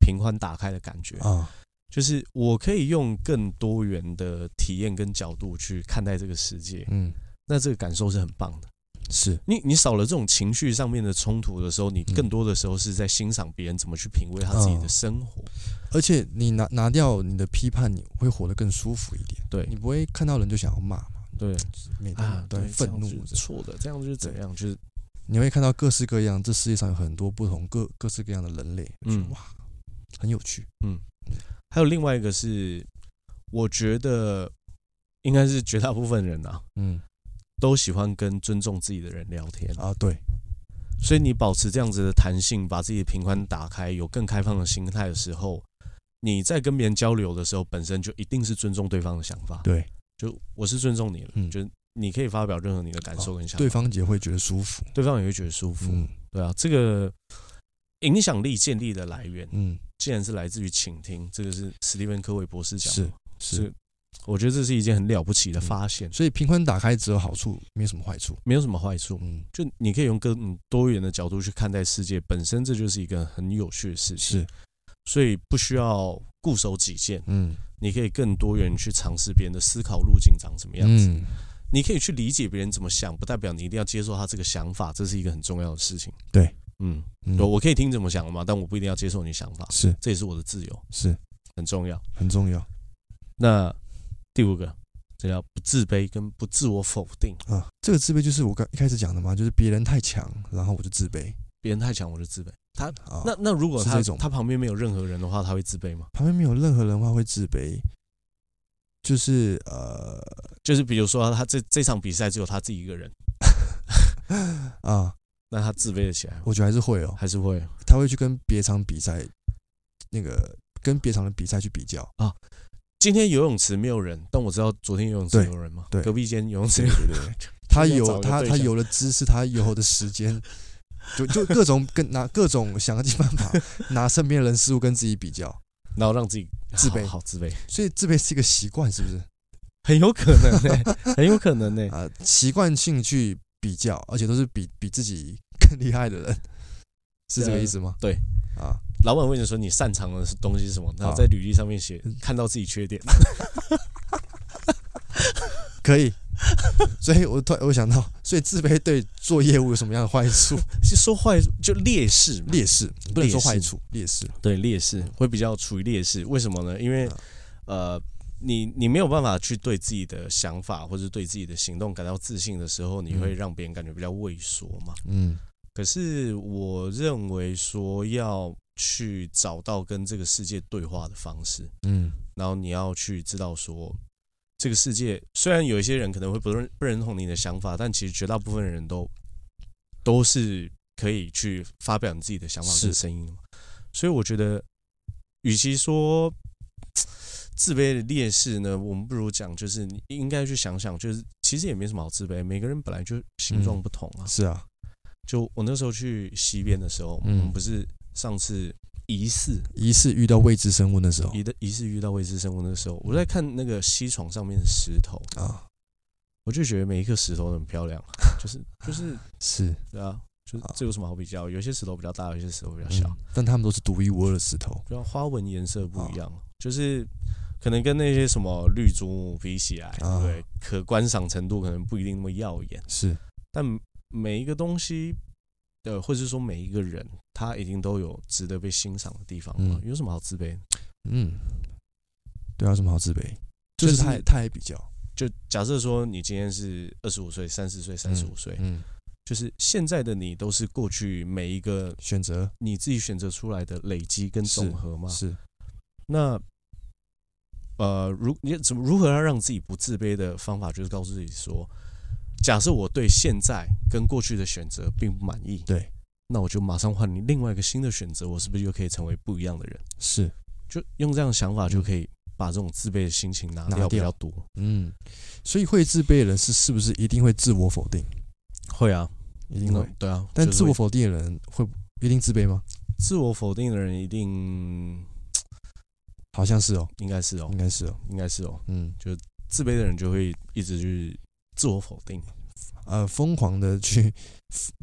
[SPEAKER 1] 平宽打开的感觉，
[SPEAKER 2] 啊，
[SPEAKER 1] 就是我可以用更多元的体验跟角度去看待这个世界，
[SPEAKER 2] 嗯
[SPEAKER 1] 那这个感受是很棒的。
[SPEAKER 2] 是
[SPEAKER 1] 你你少了这种情绪上面的冲突的时候，你
[SPEAKER 2] 嗯
[SPEAKER 1] 更多的时候是在欣赏别人怎么去品味他自己的生活。
[SPEAKER 2] 而且你拿拿掉你的批判，你会活得更舒服一点。
[SPEAKER 1] 对
[SPEAKER 2] 你不会看到人就想要骂嘛，
[SPEAKER 1] 对
[SPEAKER 2] 每天
[SPEAKER 1] 啊，
[SPEAKER 2] 都
[SPEAKER 1] 对
[SPEAKER 2] 在，愤怒
[SPEAKER 1] 这样是。
[SPEAKER 2] 着
[SPEAKER 1] 错的，这样就是怎样，就是
[SPEAKER 2] 你会看到各式各样，这世界上有很多不同各各式各样的人类，
[SPEAKER 1] 嗯
[SPEAKER 2] 嗯，哇，很有趣。
[SPEAKER 1] 还有另外一个是，我觉得应该是绝大部分人啊，
[SPEAKER 2] 嗯
[SPEAKER 1] 都喜欢跟尊重自己的人聊天，
[SPEAKER 2] 啊，对，
[SPEAKER 1] 所以你保持这样子的弹性，把自己的平宽打开，有更开放的心态的时候，你在跟别人交流的时候，本身就一定是尊重对方的想法。
[SPEAKER 2] 对，
[SPEAKER 1] 就我是尊重你的，
[SPEAKER 2] 嗯
[SPEAKER 1] 就是你可以发表任何你的感受跟想法，
[SPEAKER 2] 对方也会觉得舒服。
[SPEAKER 1] 对哦方也会觉得舒服。
[SPEAKER 2] 嗯
[SPEAKER 1] 对啊，这个影响力建立的来源，
[SPEAKER 2] 嗯，
[SPEAKER 1] 既然是来自于倾听，这个是史蒂芬科维博士讲的
[SPEAKER 2] 是
[SPEAKER 1] 嘛，
[SPEAKER 2] 是嗯
[SPEAKER 1] 是，我觉得这是一件很了不起的发现，
[SPEAKER 2] 所以平宽打开只有好处，没有什么坏处。
[SPEAKER 1] 没有什么坏处。
[SPEAKER 2] 嗯，
[SPEAKER 1] 就你可以用更嗯多元的角度去看待世界，本身这就是一个很有趣的事情，
[SPEAKER 2] 是，
[SPEAKER 1] 所以不需要固守己见，
[SPEAKER 2] 嗯
[SPEAKER 1] 你可以更多元去尝试别人的思考路径长什么样子。
[SPEAKER 2] 嗯，
[SPEAKER 1] 你可以去理解别人怎么想，不代表你一定要接受他这个想法，这是一个很重要的事情。
[SPEAKER 2] 对，
[SPEAKER 1] 嗯，
[SPEAKER 2] 嗯
[SPEAKER 1] 我我可以听怎么想嘛，但我不一定要接受你想法，
[SPEAKER 2] 是
[SPEAKER 1] 这也是我的自由，
[SPEAKER 2] 是
[SPEAKER 1] 很重要。
[SPEAKER 2] 很重要。
[SPEAKER 1] 那第五个，这叫不自卑跟不自我否定。
[SPEAKER 2] 啊，这个自卑就是我刚一开始讲的嘛，就是别人太强，然后我就自卑
[SPEAKER 1] 别人太强我就自卑。
[SPEAKER 2] 啊。
[SPEAKER 1] 那那如果
[SPEAKER 2] 是
[SPEAKER 1] 他
[SPEAKER 2] 这种
[SPEAKER 1] 他旁边没有任何人的话，他会自卑吗？
[SPEAKER 2] 旁边没有任何人的话会自卑，就是呃
[SPEAKER 1] 就是比如说他这这场比赛只有他自己一个人，
[SPEAKER 2] 啊，
[SPEAKER 1] 那他自卑了起来吗，
[SPEAKER 2] 我觉得还是会哦，
[SPEAKER 1] 还是会
[SPEAKER 2] 他会去跟别场比赛那个跟别场的比赛去比较，
[SPEAKER 1] 今天游泳池没有人，但我知道昨天游泳池
[SPEAKER 2] 对
[SPEAKER 1] 有人嘛，
[SPEAKER 2] 对
[SPEAKER 1] 隔壁间游泳池
[SPEAKER 2] 对
[SPEAKER 1] 有人
[SPEAKER 2] 对对，他
[SPEAKER 1] 要
[SPEAKER 2] 有
[SPEAKER 1] 找个
[SPEAKER 2] 他
[SPEAKER 1] 对
[SPEAKER 2] 他
[SPEAKER 1] 象
[SPEAKER 2] 有了知识，他有的时间。就就各种跟拿各种想尽办法 拿身边的人事物跟自己比较，
[SPEAKER 1] 然后让自己
[SPEAKER 2] 自卑
[SPEAKER 1] 好好自卑，
[SPEAKER 2] 所以自卑是一个习惯，是不 是？
[SPEAKER 1] 很有可能呢、很有可能呢、
[SPEAKER 2] 啊，习惯性去比较，而且都是比比自己更厉害的人， 是这个意思吗？
[SPEAKER 1] 对，
[SPEAKER 2] 啊，
[SPEAKER 1] 老板问你说你擅长的东西是什么，然后
[SPEAKER 2] 好
[SPEAKER 1] 在履历上面写，看到自己缺点，
[SPEAKER 2] 可以。 所以我突然我想到， 所以自卑对做业务有什么样的坏 处？
[SPEAKER 1] 是说坏就劣势嘛，
[SPEAKER 2] 劣势，不能说
[SPEAKER 1] 劣势
[SPEAKER 2] 坏处，劣势。
[SPEAKER 1] 对劣势会比较处于劣势，为什么呢？因为
[SPEAKER 2] 啊
[SPEAKER 1] 呃，你你没有办法去对自己的想法或者对自己的行动感到自信的时候，你会让别人感觉比较畏缩嘛。
[SPEAKER 2] 嗯
[SPEAKER 1] 可是我认为说要去找到跟这个世界对话的方式，
[SPEAKER 2] 嗯
[SPEAKER 1] 然后你要去知道说。这个世界虽然有一些人可能会不认不认同你的想法，但其实绝大部分人都都是可以去发表你自己的想法
[SPEAKER 2] 是
[SPEAKER 1] 跟声音的嘛。所以我觉得，与其说自卑的劣势呢，我们不如讲就是你应该去想想，就是其实也没什么好自卑，每个人本来就形状
[SPEAKER 2] 嗯
[SPEAKER 1] 不同啊。
[SPEAKER 2] 是啊，
[SPEAKER 1] 就我那时候去西边的时候，
[SPEAKER 2] 嗯
[SPEAKER 1] 我们不是上次疑似
[SPEAKER 2] 疑似遇到未知生物的时候
[SPEAKER 1] 疑的疑似遇到未知生物的时候，我在看那个溪床上面的石头，
[SPEAKER 2] 啊，
[SPEAKER 1] 我就觉得每一颗石头都很漂亮，啊 就是就是
[SPEAKER 2] 是
[SPEAKER 1] 对啊，就是
[SPEAKER 2] 好
[SPEAKER 1] 这有什么好比较？有些石头比较大，有些石头比较
[SPEAKER 2] 嗯
[SPEAKER 1] 小，
[SPEAKER 2] 但他们都是独一无二的石头。
[SPEAKER 1] 对啊，花纹颜色不一样，
[SPEAKER 2] 哦
[SPEAKER 1] 就是可能跟那些什么绿珠母比起来，对
[SPEAKER 2] 啊
[SPEAKER 1] 不对？可观赏程度可能不一定那么耀眼，
[SPEAKER 2] 是
[SPEAKER 1] 但每一个东西的，或者是说每一个人，他一定都有值得被欣赏的地方嘛，
[SPEAKER 2] 嗯
[SPEAKER 1] 有什么好自卑？
[SPEAKER 2] 嗯，对啊，有什么好自卑？
[SPEAKER 1] 就
[SPEAKER 2] 就是是太太爱比较。
[SPEAKER 1] 就假设说你今天是二十五岁、三十岁、三十五岁，
[SPEAKER 2] 嗯，
[SPEAKER 1] 就是现在的你都是过去每一个
[SPEAKER 2] 选择
[SPEAKER 1] 你自己选择出来的累积跟总和嘛。
[SPEAKER 2] 是
[SPEAKER 1] 那呃，如你怎么如何要让自己不自卑的方法，就是告诉自己说，假设我对现在跟过去的选择并不满意，
[SPEAKER 2] 对，
[SPEAKER 1] 那我就马上换你另外一个新的选择，我是不是就可以成为不一样的人？
[SPEAKER 2] 是，
[SPEAKER 1] 就用这样的想法就可以把这种自卑的心情拿
[SPEAKER 2] 拿掉
[SPEAKER 1] 掉比较多。
[SPEAKER 2] 嗯，所以会自卑的人是是不是一定会自我否定？
[SPEAKER 1] 会啊，
[SPEAKER 2] 一定会
[SPEAKER 1] 那。对啊，
[SPEAKER 2] 但
[SPEAKER 1] 就是
[SPEAKER 2] 自我
[SPEAKER 1] 会
[SPEAKER 2] 否定的人会不一定自卑吗？
[SPEAKER 1] 自我否定的人一定
[SPEAKER 2] 好像是哦，
[SPEAKER 1] 应该是哦
[SPEAKER 2] 应，该是哦。
[SPEAKER 1] 应该是哦，
[SPEAKER 2] 嗯，
[SPEAKER 1] 自卑的人就会一直去自我否 定。
[SPEAKER 2] 呃，疯狂的去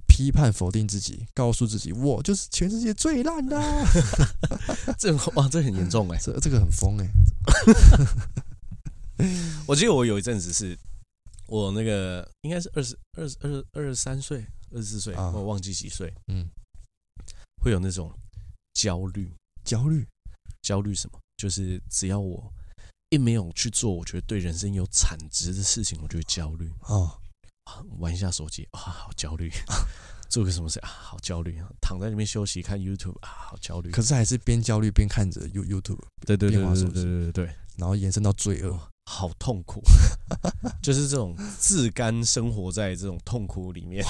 [SPEAKER 2] 批判、否定自己，告诉自己我就是全世界最烂的啊。
[SPEAKER 1] 这哇，这很严重 哎、
[SPEAKER 2] 欸这这个很疯哎、
[SPEAKER 1] 我记得我有一阵子是，我那个应该是二十二十二二十三岁、二十四岁，
[SPEAKER 2] 啊
[SPEAKER 1] 我忘记几岁，
[SPEAKER 2] 嗯，
[SPEAKER 1] 会有那种焦虑。
[SPEAKER 2] 焦虑，
[SPEAKER 1] 焦虑什么？就是只要我一没有去做，我觉得对人生有产值的事情，我就会焦虑。
[SPEAKER 2] 哦，
[SPEAKER 1] 啊，玩一下手机啊，好焦虑； 做个什么事啊，好焦虑；躺在里面休息看 YouTube 啊，好焦虑。
[SPEAKER 2] 可是还是边焦虑边看着 You YouTube，
[SPEAKER 1] 对对对
[SPEAKER 2] 边
[SPEAKER 1] 对
[SPEAKER 2] 滑手
[SPEAKER 1] 对
[SPEAKER 2] 机
[SPEAKER 1] 对对对，
[SPEAKER 2] 然后延伸到罪恶，
[SPEAKER 1] 好痛苦， 就是这种自甘生活在这种痛苦里面，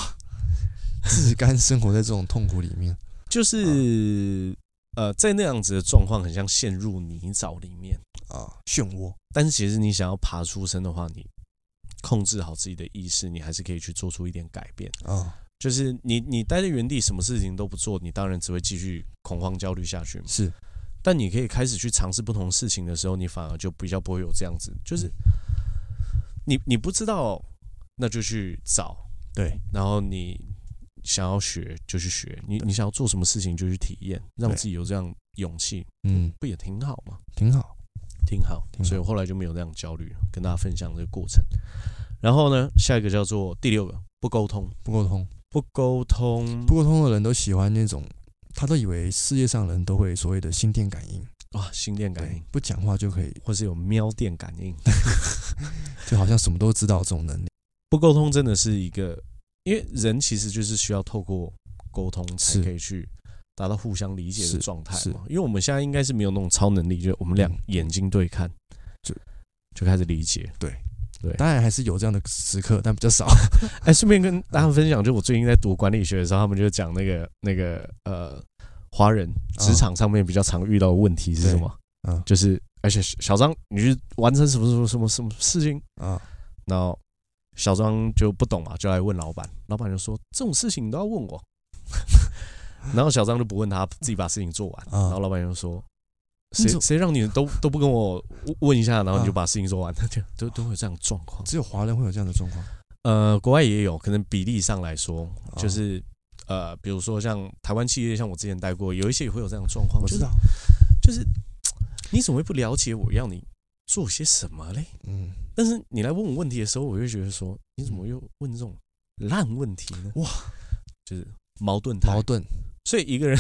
[SPEAKER 2] 自甘生活在这种痛苦里面。
[SPEAKER 1] 就是呃，在那样子的状况，很像陷入泥沼里面。
[SPEAKER 2] 啊漩涡
[SPEAKER 1] 但是其实你想要爬出身的话，你控制好自己的意识，你还是可以去做出一点改变。
[SPEAKER 2] 啊，
[SPEAKER 1] 就是你你待在原地，什么事情都不做，你当然只会继续恐慌焦虑下去嘛。
[SPEAKER 2] 是
[SPEAKER 1] 但你可以开始去尝试不同事情的时候，你反而就比较不会有这样子，就是你你不知道，那就去找，
[SPEAKER 2] 对，
[SPEAKER 1] 然后你想要学就去学，你你想要做什么事情就去体验，让
[SPEAKER 2] 对
[SPEAKER 1] 自己有这样勇气，
[SPEAKER 2] 嗯，
[SPEAKER 1] 不也挺好吗？
[SPEAKER 2] 挺好，
[SPEAKER 1] 挺好，
[SPEAKER 2] 挺好
[SPEAKER 1] 所以我后来就没有那样焦虑了，跟大家分享这个过程。然后呢，下一个叫做第六个不沟通，
[SPEAKER 2] 不沟通，
[SPEAKER 1] 不沟通
[SPEAKER 2] 不沟通的人都喜欢那种，他都以为世界上人都会所谓的心电感应，
[SPEAKER 1] 哇，啊心电感
[SPEAKER 2] 对
[SPEAKER 1] 应，
[SPEAKER 2] 不讲话就可以，
[SPEAKER 1] 或是有喵电感应，
[SPEAKER 2] 就好像什么都知道这种能 力，
[SPEAKER 1] 不沟通真的是一个，因为人其实就是需要透过沟通才
[SPEAKER 2] 是
[SPEAKER 1] 可以去达到互相理解的
[SPEAKER 2] 是
[SPEAKER 1] 状态
[SPEAKER 2] 是
[SPEAKER 1] 嘛。因为我们现在应该是没有那种超能力，就我们俩
[SPEAKER 2] 嗯
[SPEAKER 1] 眼睛对看，
[SPEAKER 2] 就
[SPEAKER 1] 就开始理 解。
[SPEAKER 2] 当然还是有这样的时刻，但比较少。
[SPEAKER 1] 哎、顺便跟大家分享，就我最近在读管理学的时候，他们就讲那个那个呃，华人
[SPEAKER 2] 啊
[SPEAKER 1] 职场上面比较常遇到的问题是什么？
[SPEAKER 2] 嗯
[SPEAKER 1] 就是而且小张，你去完成什么什么什么什么事情，
[SPEAKER 2] 啊，
[SPEAKER 1] 然后小张就不懂嘛，就来问老板，老板就说这种事情你都要问我， 然后小张就不问他，自己把事情做完，
[SPEAKER 2] 啊
[SPEAKER 1] 然后老板就说。
[SPEAKER 2] 你
[SPEAKER 1] 谁
[SPEAKER 2] 怎么
[SPEAKER 1] 谁让你都都不跟我问一下，然后你就
[SPEAKER 2] 啊
[SPEAKER 1] 把事情做完， 就都都会有这样的状况。
[SPEAKER 2] 只有华人会有这样的状况，
[SPEAKER 1] 呃，国外也有，可能比例上来说，
[SPEAKER 2] 啊
[SPEAKER 1] 就是、呃，比如说像台湾企业，像我之前待过，有一些也会有这样的状况。
[SPEAKER 2] 我知道，
[SPEAKER 1] 就是，就是你怎么会不了解我要你做些什么嘞？
[SPEAKER 2] 嗯，
[SPEAKER 1] 但是你来问我问题的时候，我就觉得说，你怎么又问这种烂问题呢？
[SPEAKER 2] 哇，
[SPEAKER 1] 就是矛盾态
[SPEAKER 2] 矛。盾
[SPEAKER 1] 所以一个人，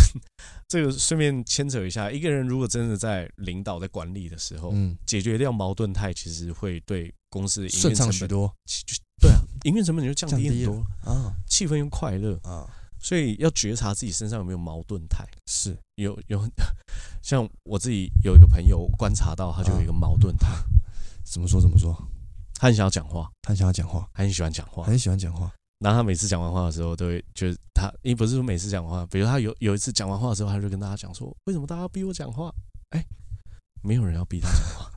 [SPEAKER 1] 这个顺便牵扯一下，一个人如果真的在领导在管理的时候，
[SPEAKER 2] 嗯，
[SPEAKER 1] 解决掉矛盾态，其实会哦对公司的营
[SPEAKER 2] 顺
[SPEAKER 1] 运成
[SPEAKER 2] 畅
[SPEAKER 1] 本
[SPEAKER 2] 许多
[SPEAKER 1] 其就对啊，营运成本就降
[SPEAKER 2] 降
[SPEAKER 1] 低很
[SPEAKER 2] 低了
[SPEAKER 1] 多，
[SPEAKER 2] 啊
[SPEAKER 1] 气氛又快乐，
[SPEAKER 2] 啊，
[SPEAKER 1] 所以要觉察自己身上有没有矛盾态。
[SPEAKER 2] 是
[SPEAKER 1] 有有， 像我自己有一个朋友，我观察到他就有一个矛盾态，
[SPEAKER 2] 嗯怎么说怎么说，
[SPEAKER 1] 他很想要讲话，
[SPEAKER 2] 他想要讲话，
[SPEAKER 1] 他很喜欢讲话，
[SPEAKER 2] 很喜欢讲话，
[SPEAKER 1] 然后他每次讲完话的时候，都会就是他，也不是说每次讲话，比如他有有一次讲完话的时候，他就跟大家讲说，为什么大家要逼我讲话？哎，没有人要逼他讲话，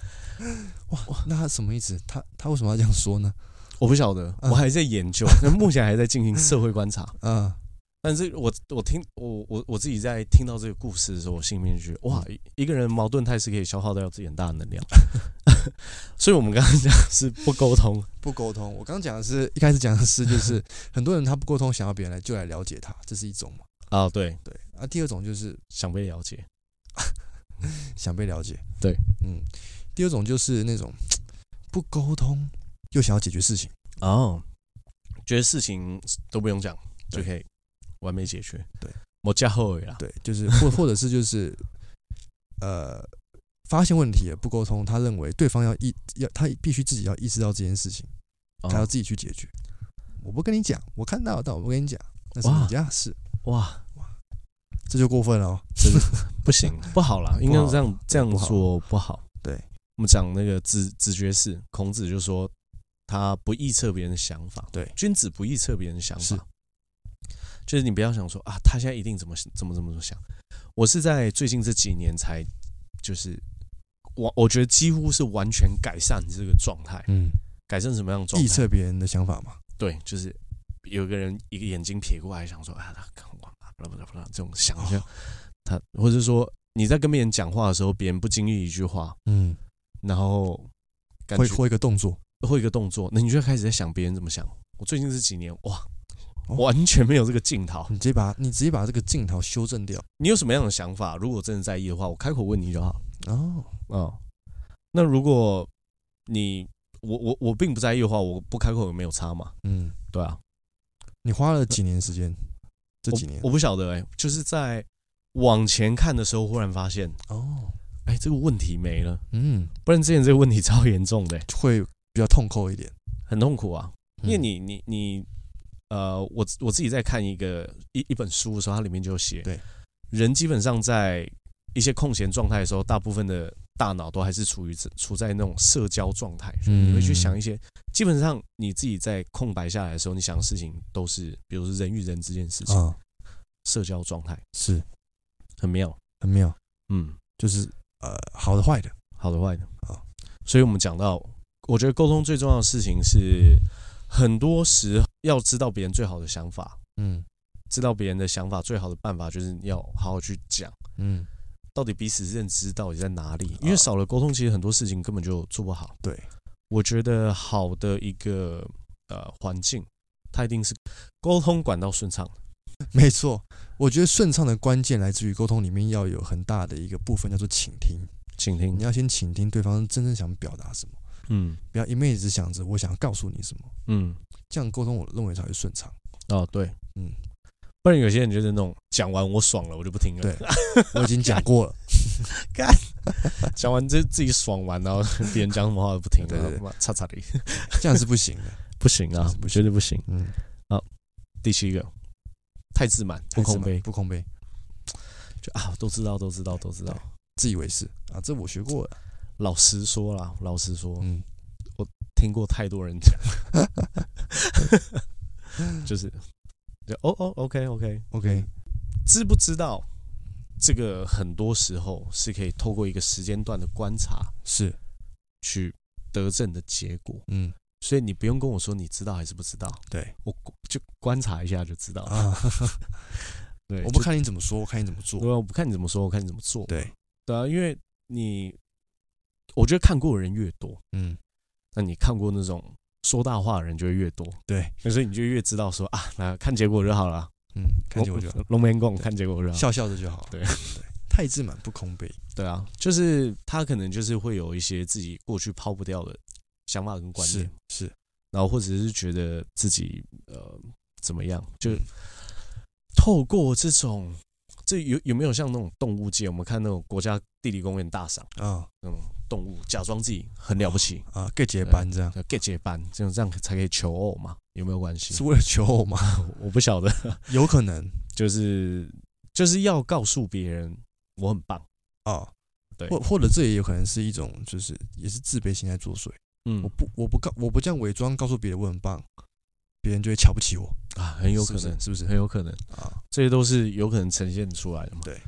[SPEAKER 2] 哇，那他什么意思？他他为什么要这样说呢？
[SPEAKER 1] 我不晓得，
[SPEAKER 2] 嗯
[SPEAKER 1] 我还在研 究，那目前还在进行社会观察。
[SPEAKER 2] 啊，
[SPEAKER 1] 但是我我听我我我自己在听到这个故事的时候，我心里面就觉得，哇，一个人矛盾态是可以消耗掉自己很大的能量。 所以我们刚刚讲的是不沟通，
[SPEAKER 2] 不沟通。我刚讲的是一开始讲的是，就是 很多人他不沟通，想要别人来就来了解他，这是一种嘛？
[SPEAKER 1] 啊，对，
[SPEAKER 2] 对。啊，第二种就是
[SPEAKER 1] 想被了解，
[SPEAKER 2] 想被了解。
[SPEAKER 1] 对，
[SPEAKER 2] 嗯。第二种就是那种不沟通又想要解决事情。
[SPEAKER 1] 哦，觉得事情都不用讲就
[SPEAKER 2] 对
[SPEAKER 1] 可以完美解决，
[SPEAKER 2] 对，
[SPEAKER 1] 我加后悔啦，
[SPEAKER 2] 对，就是或或者是就是 呃，发现问题也不沟通，他认为对方要意要他必须自己要意识到这件事情，
[SPEAKER 1] 哦
[SPEAKER 2] 他要自己去解决。我不跟你讲，我看到，但我不跟你讲，那是
[SPEAKER 1] 哇
[SPEAKER 2] 你家的事，
[SPEAKER 1] 哇，
[SPEAKER 2] 这就过分了、哦。
[SPEAKER 1] 真的不行， 不好啦，应该这样这样
[SPEAKER 2] 不好
[SPEAKER 1] 做不好。
[SPEAKER 2] 对，
[SPEAKER 1] 我们讲那个子子爵士，孔子就说他不臆测别人的想法，
[SPEAKER 2] 对
[SPEAKER 1] 君子不臆测别人的想
[SPEAKER 2] 是
[SPEAKER 1] 法，就是你不要想说啊，他现在一定怎么怎么怎么怎么想。我是在最近这几年才，就是我我觉得几乎是完全改善这个状态，
[SPEAKER 2] 嗯，
[SPEAKER 1] 改善什么样的状态？
[SPEAKER 2] 臆测别人的想法嘛。
[SPEAKER 1] 对，就是有个人一个眼睛瞥过来，想说啊，他看我啊，不啦不啦不啦，这种想象，
[SPEAKER 2] 哦
[SPEAKER 1] 他或者说你在跟别人讲话的时候，别人不经意一句话，
[SPEAKER 2] 嗯，
[SPEAKER 1] 然后感
[SPEAKER 2] 会
[SPEAKER 1] 觉
[SPEAKER 2] 或一个动作，
[SPEAKER 1] 会一个动作，那你就开始在想别人怎么想。我最近这几年哇，
[SPEAKER 2] 哦
[SPEAKER 1] 完全没有这个镜头。
[SPEAKER 2] 你直接把你直接把这个镜头修正掉。
[SPEAKER 1] 你有什么样的想法？如果真的在意的话，我开口问你就好。
[SPEAKER 2] 哦，
[SPEAKER 1] 嗯，那如果你我我我并不在意的话，我不开口也没有差嘛，
[SPEAKER 2] 嗯，
[SPEAKER 1] 对啊，
[SPEAKER 2] 你花了几年时间？这
[SPEAKER 1] 我
[SPEAKER 2] 几年
[SPEAKER 1] 我不晓得哎、就是在往前看的时候，忽然发现，
[SPEAKER 2] 哦，
[SPEAKER 1] 哎、这个问题没了，
[SPEAKER 2] 嗯，
[SPEAKER 1] 不然之前这个问题超严重的欸、
[SPEAKER 2] 会比较痛扣一点，
[SPEAKER 1] 很痛苦啊，因为
[SPEAKER 2] 嗯
[SPEAKER 1] 你你你，呃，我我自己在看一个一一本书的时候，它里面就写，
[SPEAKER 2] 对，
[SPEAKER 1] 人基本上在一些空闲状态的时候，大部分的大脑都还是处于处在那种社交状态，所以你会去
[SPEAKER 2] 嗯
[SPEAKER 1] 想一些，基本上你自己在空白下来的时候，你想的事情都是，比如说人与人之间的事情，
[SPEAKER 2] 啊，
[SPEAKER 1] 社交状态
[SPEAKER 2] 是
[SPEAKER 1] 很妙，
[SPEAKER 2] 很妙，
[SPEAKER 1] 嗯，
[SPEAKER 2] 就是呃，好的坏的，
[SPEAKER 1] 好的坏的
[SPEAKER 2] 好，
[SPEAKER 1] 所以我们讲到，我觉得沟通最重要的事情是，很多时候要知道别人最好的想法。
[SPEAKER 2] 嗯
[SPEAKER 1] 知道别人的想法，最好的办法就是要好好去讲，
[SPEAKER 2] 嗯，
[SPEAKER 1] 到底彼此认知到底在哪里。因为少了沟通，其实很多事情根本就做不好。
[SPEAKER 2] 对，
[SPEAKER 1] 我觉得好的一个呃环境，它一定是沟通管道顺畅。
[SPEAKER 2] 没错，我觉得顺畅的关键来自于沟通里面要有很大的一个部分叫做倾听，
[SPEAKER 1] 请
[SPEAKER 2] 你
[SPEAKER 1] 听，
[SPEAKER 2] 要先倾听对方真正想表达什么，
[SPEAKER 1] 嗯
[SPEAKER 2] 不要一昧只想着我想要告诉你什么，
[SPEAKER 1] 嗯，
[SPEAKER 2] 这样沟通我认为才会顺畅。
[SPEAKER 1] 哦对，
[SPEAKER 2] 嗯，
[SPEAKER 1] 不然有些人就是那种讲完我爽了，我就不听了。
[SPEAKER 2] 对我已经讲过了，
[SPEAKER 1] 讲完就自己爽完，然后别人讲什么话都不听，
[SPEAKER 2] 对对对
[SPEAKER 1] 然后妈叉叉的，
[SPEAKER 2] 这样是不行的。
[SPEAKER 1] 不行啊
[SPEAKER 2] 是，不行
[SPEAKER 1] 绝对不行。
[SPEAKER 2] 嗯，
[SPEAKER 1] 第七个，太自满，不空杯，
[SPEAKER 2] 不空杯，
[SPEAKER 1] 就啊，都知道，都知道，都知道
[SPEAKER 2] 对。自以为是啊，这我学过了。
[SPEAKER 1] 老实说啦，老实说，
[SPEAKER 2] 嗯，
[SPEAKER 1] 听过太多人讲， 就是就哦哦，OK OK，
[SPEAKER 2] OK，
[SPEAKER 1] 知不知道这个很多时候是可以透过一个时间段的观察
[SPEAKER 2] 是，
[SPEAKER 1] 去得证的结果，
[SPEAKER 2] 嗯，
[SPEAKER 1] 所以你不用跟我说你知道还是不知道，
[SPEAKER 2] 对
[SPEAKER 1] 我就观察一下就知道了。
[SPEAKER 2] 啊，
[SPEAKER 1] 对，
[SPEAKER 2] 我不
[SPEAKER 1] 就，
[SPEAKER 2] 看你怎么说，我看你怎么做。
[SPEAKER 1] 对啊，我不看你怎么说，我看你怎么做。
[SPEAKER 2] 对，
[SPEAKER 1] 对啊，因为你，我觉得看过的人越多，
[SPEAKER 2] 嗯，
[SPEAKER 1] 那你看过那种说大话的人就会越多，
[SPEAKER 2] 对，
[SPEAKER 1] 所以你就越知道说啊，那看结果就好了。
[SPEAKER 2] 嗯，看见我就好
[SPEAKER 1] 龙门共
[SPEAKER 2] 对
[SPEAKER 1] 看结果就好。
[SPEAKER 2] 笑笑着就好。
[SPEAKER 1] 对
[SPEAKER 2] 对，太自满不空杯。
[SPEAKER 1] 对啊，就是他可能就是会有一些自己过去抛不掉的想法跟观
[SPEAKER 2] 是
[SPEAKER 1] 念，
[SPEAKER 2] 是，
[SPEAKER 1] 然后或者是觉得自己呃怎么样，就
[SPEAKER 2] 嗯
[SPEAKER 1] 透过这种。这有有没有像那种动物界？我们看那种国家地理公园大赏
[SPEAKER 2] 啊
[SPEAKER 1] 那种动物，假装自己很了不起，
[SPEAKER 2] 啊，get 结班这样
[SPEAKER 1] 要 get 结班，这样这样才可以求偶嘛？有没有关系
[SPEAKER 2] 是？为了求偶吗？
[SPEAKER 1] 我不晓得，
[SPEAKER 2] 有可能
[SPEAKER 1] 就是就是要告诉别人我很棒。
[SPEAKER 2] 啊。
[SPEAKER 1] 对
[SPEAKER 2] 或或者这也有可能是一种，就是也是自卑心在作祟。
[SPEAKER 1] 嗯
[SPEAKER 2] 我不我不告我不这样伪装告诉别人我很棒，别人就会瞧不起我，
[SPEAKER 1] 啊，很有
[SPEAKER 2] 是
[SPEAKER 1] 可
[SPEAKER 2] 不是
[SPEAKER 1] 能，
[SPEAKER 2] 是不是
[SPEAKER 1] 很有可能，
[SPEAKER 2] 啊？
[SPEAKER 1] 这些都是有可能呈现出来的嘛。
[SPEAKER 2] 对，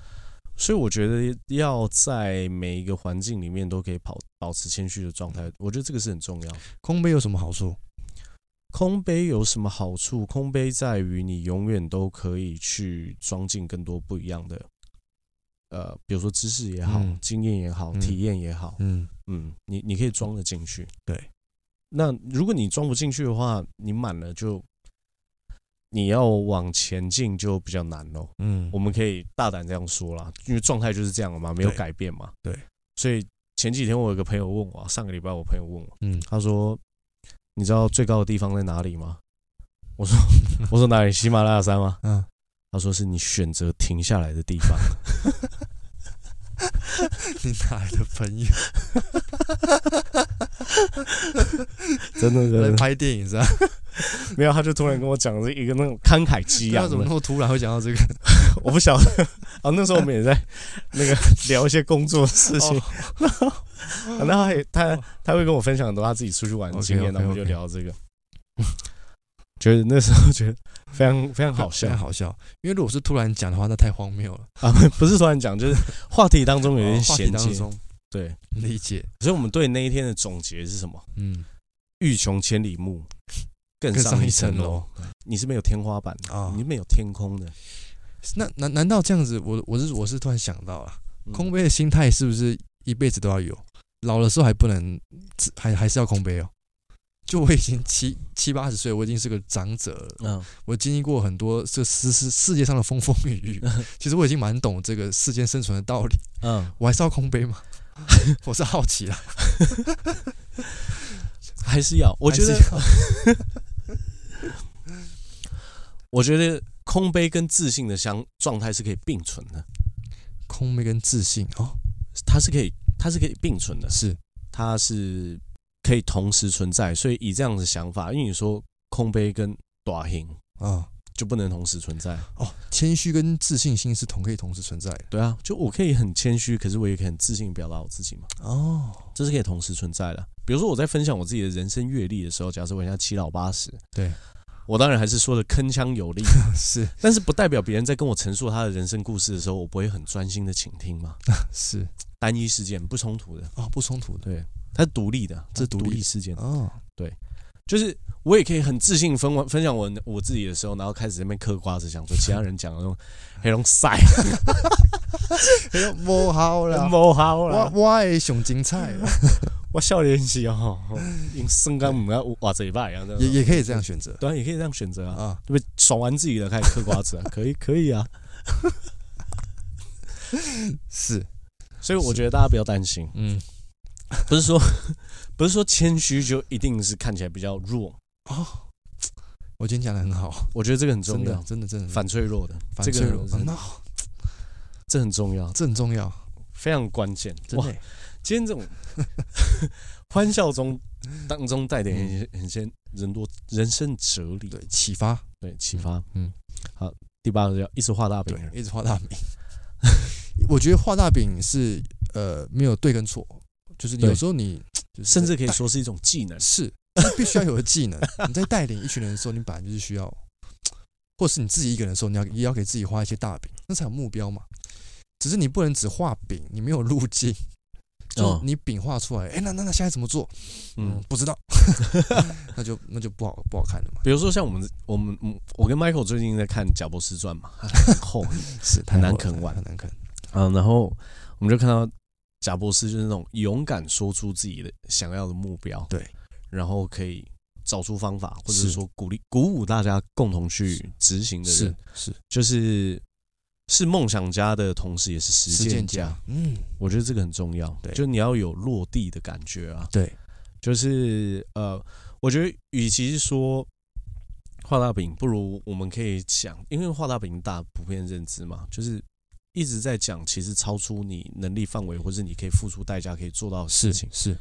[SPEAKER 1] 所以我觉得要在每一个环境里面都可以保保持谦虚的状态，我觉得这个是很重要。
[SPEAKER 2] 空杯有什么好处？
[SPEAKER 1] 空杯有什么好处？空杯在于你永远都可以去装进更多不一样的，呃，比如说知识也好，
[SPEAKER 2] 嗯
[SPEAKER 1] 经验也好，
[SPEAKER 2] 嗯
[SPEAKER 1] 体验也好，
[SPEAKER 2] 嗯，
[SPEAKER 1] 嗯，你你可以装得进去。
[SPEAKER 2] 对，
[SPEAKER 1] 那如果你装不进去的话，你满了就你要往前进就比较难咯。
[SPEAKER 2] 嗯
[SPEAKER 1] 我们可以大胆这样说啦，因为状态就是这样了嘛，没有
[SPEAKER 2] 对
[SPEAKER 1] 改变嘛。
[SPEAKER 2] 对，
[SPEAKER 1] 所以前几天我有个朋友问我啊，上个礼拜我朋友问我，
[SPEAKER 2] 嗯，
[SPEAKER 1] 他说：“你知道最高的地方在哪里吗？”我说：“我说哪里？喜马拉雅山吗
[SPEAKER 2] 嗯，？”
[SPEAKER 1] 他说：“是你选择停下来的地 方。
[SPEAKER 2] 你哪来的朋友？”
[SPEAKER 1] 真的，真
[SPEAKER 2] 来
[SPEAKER 1] 的
[SPEAKER 2] 拍电影是吧？
[SPEAKER 1] 没有，他就突然跟我讲了一个那种慷慨激
[SPEAKER 2] 不
[SPEAKER 1] 昂
[SPEAKER 2] 要
[SPEAKER 1] 的
[SPEAKER 2] 怎么那么突然会讲到这 个
[SPEAKER 1] 我不晓得啊，那时候我们 也在那个聊一些工作的事情，然后他也他
[SPEAKER 2] 哦
[SPEAKER 1] 他会跟我分享很多他自己出去玩的经验，然
[SPEAKER 2] OK，OK，OK
[SPEAKER 1] 后我们就聊这个，觉得那时候觉得非 常非常好笑
[SPEAKER 2] 非常好笑。因为如果是突然讲的话，那太荒谬了。
[SPEAKER 1] 啊， 不是突然讲，就是话题当中有
[SPEAKER 2] 哦
[SPEAKER 1] 点
[SPEAKER 2] 话题
[SPEAKER 1] 衔
[SPEAKER 2] 当
[SPEAKER 1] 接，
[SPEAKER 2] 中
[SPEAKER 1] 对，
[SPEAKER 2] 理解，
[SPEAKER 1] 所以我们对那一天的总结是什么？
[SPEAKER 2] 嗯
[SPEAKER 1] 欲穷千里目，更
[SPEAKER 2] 更上
[SPEAKER 1] 上
[SPEAKER 2] 一
[SPEAKER 1] 一
[SPEAKER 2] 层
[SPEAKER 1] 层
[SPEAKER 2] 楼
[SPEAKER 1] 楼。你是没有天花板的，
[SPEAKER 2] 啊
[SPEAKER 1] 你。是没有天空的，
[SPEAKER 2] 那难难道这样子？我我是我是突然想到了，
[SPEAKER 1] 嗯
[SPEAKER 2] 空杯的心态是不是一辈子都要有？老的时候还不能，还还是要空杯哦。就我已经七七八十岁，我已经是个长者了。
[SPEAKER 1] 嗯，
[SPEAKER 2] 我经历过很多这世世世界上的风风雨 雨，其实我已经蛮懂这个世间生存的道 理。
[SPEAKER 1] 嗯，
[SPEAKER 2] 我还是要空杯吗？我是好奇啦，
[SPEAKER 1] 还是要，我觉得
[SPEAKER 2] 还是要
[SPEAKER 1] 我觉得空杯跟自信的相状态是可以并存的，
[SPEAKER 2] 空杯跟自信哦，
[SPEAKER 1] 它是可以它是可以并存的，
[SPEAKER 2] 是
[SPEAKER 1] 它是可以同时存在。所以以这样的想法，因为你说空杯跟短型
[SPEAKER 2] 啊
[SPEAKER 1] 就不能同时存在，
[SPEAKER 2] 哦，谦虚跟自信心是同可以同时存在的
[SPEAKER 1] 对啊，就我可以很谦虚，可是我也可以很自信地表达我自己嘛，
[SPEAKER 2] 哦，
[SPEAKER 1] 这是可以同时存在的。比如说我在分享我自己的人生阅历的时候，假设我现在七老八十，
[SPEAKER 2] 对，
[SPEAKER 1] 我当然还是说的铿锵有 力，
[SPEAKER 2] 是
[SPEAKER 1] 但是不代表别人在跟我陈述他的人生故事的时候，我不会很专心的倾听嘛。
[SPEAKER 2] 是
[SPEAKER 1] 单一事件不冲突的，
[SPEAKER 2] 哦，不冲突的
[SPEAKER 1] 对，它是独立的，它是
[SPEAKER 2] 独立
[SPEAKER 1] 独立事件，
[SPEAKER 2] 哦，
[SPEAKER 1] 就是我也可以很自信地分完分享我我自己的时候，然后开始在那边嗑瓜子，想说其他人讲的那种 黑龙塞
[SPEAKER 2] 哎不好啦，
[SPEAKER 1] 摸好
[SPEAKER 2] 我
[SPEAKER 1] 啦，
[SPEAKER 2] 我的上精 彩啦，
[SPEAKER 1] 我笑脸是哦，用身高唔要哇嘴巴一样的，
[SPEAKER 2] 也也可以这样选 择
[SPEAKER 1] 对啊，也可以这样选择啊，
[SPEAKER 2] 啊，
[SPEAKER 1] 对不对？爽完自己了，开始嗑瓜子啊， 可以可以啊，
[SPEAKER 2] 是
[SPEAKER 1] 所以我觉得大家不要担 心，
[SPEAKER 2] 嗯
[SPEAKER 1] 不是说不是说谦虚就一定是看起来比较弱，
[SPEAKER 2] 哦，我今天讲的很好，
[SPEAKER 1] 我觉得这个很重
[SPEAKER 2] 真的
[SPEAKER 1] 要，
[SPEAKER 2] 真的真的
[SPEAKER 1] 反脆弱的，
[SPEAKER 2] 反
[SPEAKER 1] 这个
[SPEAKER 2] 脆弱，
[SPEAKER 1] 很
[SPEAKER 2] 很好，
[SPEAKER 1] 这很重要，
[SPEAKER 2] 这很重要，
[SPEAKER 1] 非常关键，
[SPEAKER 2] 真
[SPEAKER 1] 哇
[SPEAKER 2] 的，
[SPEAKER 1] 今天这种 欢笑中当中带点很很些人多人生哲理，
[SPEAKER 2] 对启发，
[SPEAKER 1] 对启发。
[SPEAKER 2] 嗯，
[SPEAKER 1] 好，第八个叫一直画大饼
[SPEAKER 2] 对，，一直画大饼。 我觉得画大饼是呃没有对跟错，就是
[SPEAKER 1] 对
[SPEAKER 2] 有时候你就是
[SPEAKER 1] 甚至可以说是一种技能。
[SPEAKER 2] 是这必须要有的技能。你在带领一群人的时候，你本来就是需要，或是你自己一个人的时候，你要也要给自己画一些大饼，那才有目标嘛。只是你不能只画饼，你没有路径。就
[SPEAKER 1] 哦
[SPEAKER 2] 你饼画出来，哎、那那那现在怎么做？嗯
[SPEAKER 1] 嗯，，
[SPEAKER 2] 不知 道，那就那就不好不好看了嘛。
[SPEAKER 1] 比如说像我们我们嗯我跟 Michael 最近在看《贾博士传》嘛，很厚
[SPEAKER 2] 是
[SPEAKER 1] 很难
[SPEAKER 2] 太厚了
[SPEAKER 1] 啃完
[SPEAKER 2] 很难啃。
[SPEAKER 1] 啊，然后我们就看到贾博士就是那种勇敢说出自己的想要的目标，
[SPEAKER 2] 对，
[SPEAKER 1] 然后可以找出方法，或者
[SPEAKER 2] 是
[SPEAKER 1] 是说鼓励鼓舞大家共同去执行的人
[SPEAKER 2] 是。是，
[SPEAKER 1] 就是是梦想家的同时，也是实
[SPEAKER 2] 实
[SPEAKER 1] 践
[SPEAKER 2] 践
[SPEAKER 1] 家
[SPEAKER 2] 家。，嗯，
[SPEAKER 1] 我觉得这个很重要，
[SPEAKER 2] 对
[SPEAKER 1] 就你要有落地的感觉啊。
[SPEAKER 2] 对，
[SPEAKER 1] 就是呃，我觉得与其是说画大饼，不如我们可以讲，因为画大饼大家普遍认知嘛，就是一直在讲，其实超出你能力范围，或是你可以付出代价可以做到的事
[SPEAKER 2] 是
[SPEAKER 1] 情，
[SPEAKER 2] 是，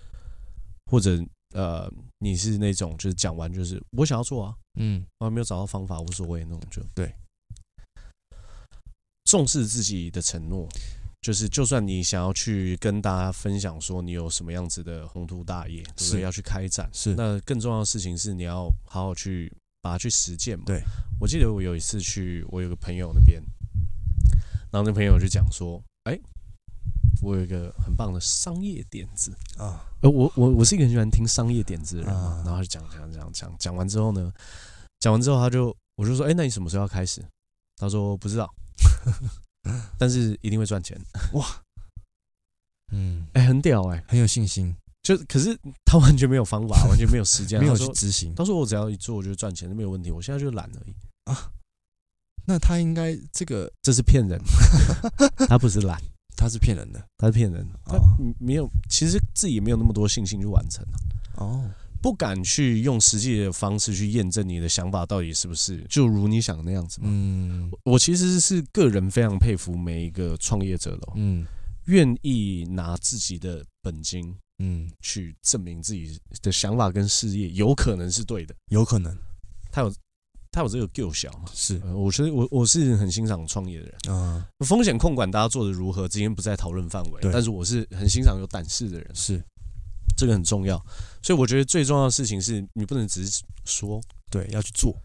[SPEAKER 1] 或者呃，你是那种就是讲完就是我想要做啊，
[SPEAKER 2] 嗯，
[SPEAKER 1] 我还没有找到方法，无所谓那种就
[SPEAKER 2] 对。
[SPEAKER 1] 重视自己的承诺，就是就算你想要去跟大家分享说你有什么样子的宏图大业，对不
[SPEAKER 2] 是
[SPEAKER 1] 对？要去开展，
[SPEAKER 2] 是
[SPEAKER 1] 那更重要的事情是你要好好去把它去实践嘛。
[SPEAKER 2] 对，
[SPEAKER 1] 我记得我有一次去我有个朋友那边，然后那朋友就讲说，哎、我有一个很棒的商业点子，
[SPEAKER 2] 啊，
[SPEAKER 1] 呃，我我我是一个很喜欢听商业点子的人嘛
[SPEAKER 2] 啊，
[SPEAKER 1] 然后他就讲讲讲讲讲完之后呢，讲完之后他就我就说，哎、那你什么时候要开始？他说不知道， 但是一定会赚钱。
[SPEAKER 2] 嗯，
[SPEAKER 1] 哎、很屌哎、
[SPEAKER 2] 很有信心，
[SPEAKER 1] 就可是他完全没有方法，完全没有时间。啊
[SPEAKER 2] 没有
[SPEAKER 1] 他
[SPEAKER 2] 去
[SPEAKER 1] 说
[SPEAKER 2] 执行。
[SPEAKER 1] 他说我只要一做我就赚钱，没有问题。我现在就懒而已，
[SPEAKER 2] 那他应该这 个
[SPEAKER 1] 这是骗人，他不是懒，
[SPEAKER 2] 他是骗人的
[SPEAKER 1] 他是骗人，他
[SPEAKER 2] 哦
[SPEAKER 1] 没有，其实自己没有那么多信心去完成。啊
[SPEAKER 2] 哦，
[SPEAKER 1] 不敢去用实际的方式去验证你的想法到底是不是就如你想的那样子嘛。
[SPEAKER 2] 嗯
[SPEAKER 1] 我其实是个人非常佩服每一个创业者的哦，
[SPEAKER 2] 嗯
[SPEAKER 1] 愿意拿自己的本金
[SPEAKER 2] 嗯，
[SPEAKER 1] 去证明自己的想法跟事业有可能是对的。
[SPEAKER 2] 有可能
[SPEAKER 1] 他有他有这个够小嘛？
[SPEAKER 2] 是
[SPEAKER 1] 呃我觉得我我是很欣赏创业的人，
[SPEAKER 2] 啊，
[SPEAKER 1] 风险控管大家做的如何，今天不在讨论范围，
[SPEAKER 2] 对
[SPEAKER 1] 但是我是很欣赏有胆识的人，
[SPEAKER 2] 是
[SPEAKER 1] 这个很重要。所以我觉得最重要的事情是你不能只是说，
[SPEAKER 2] 对，要去做，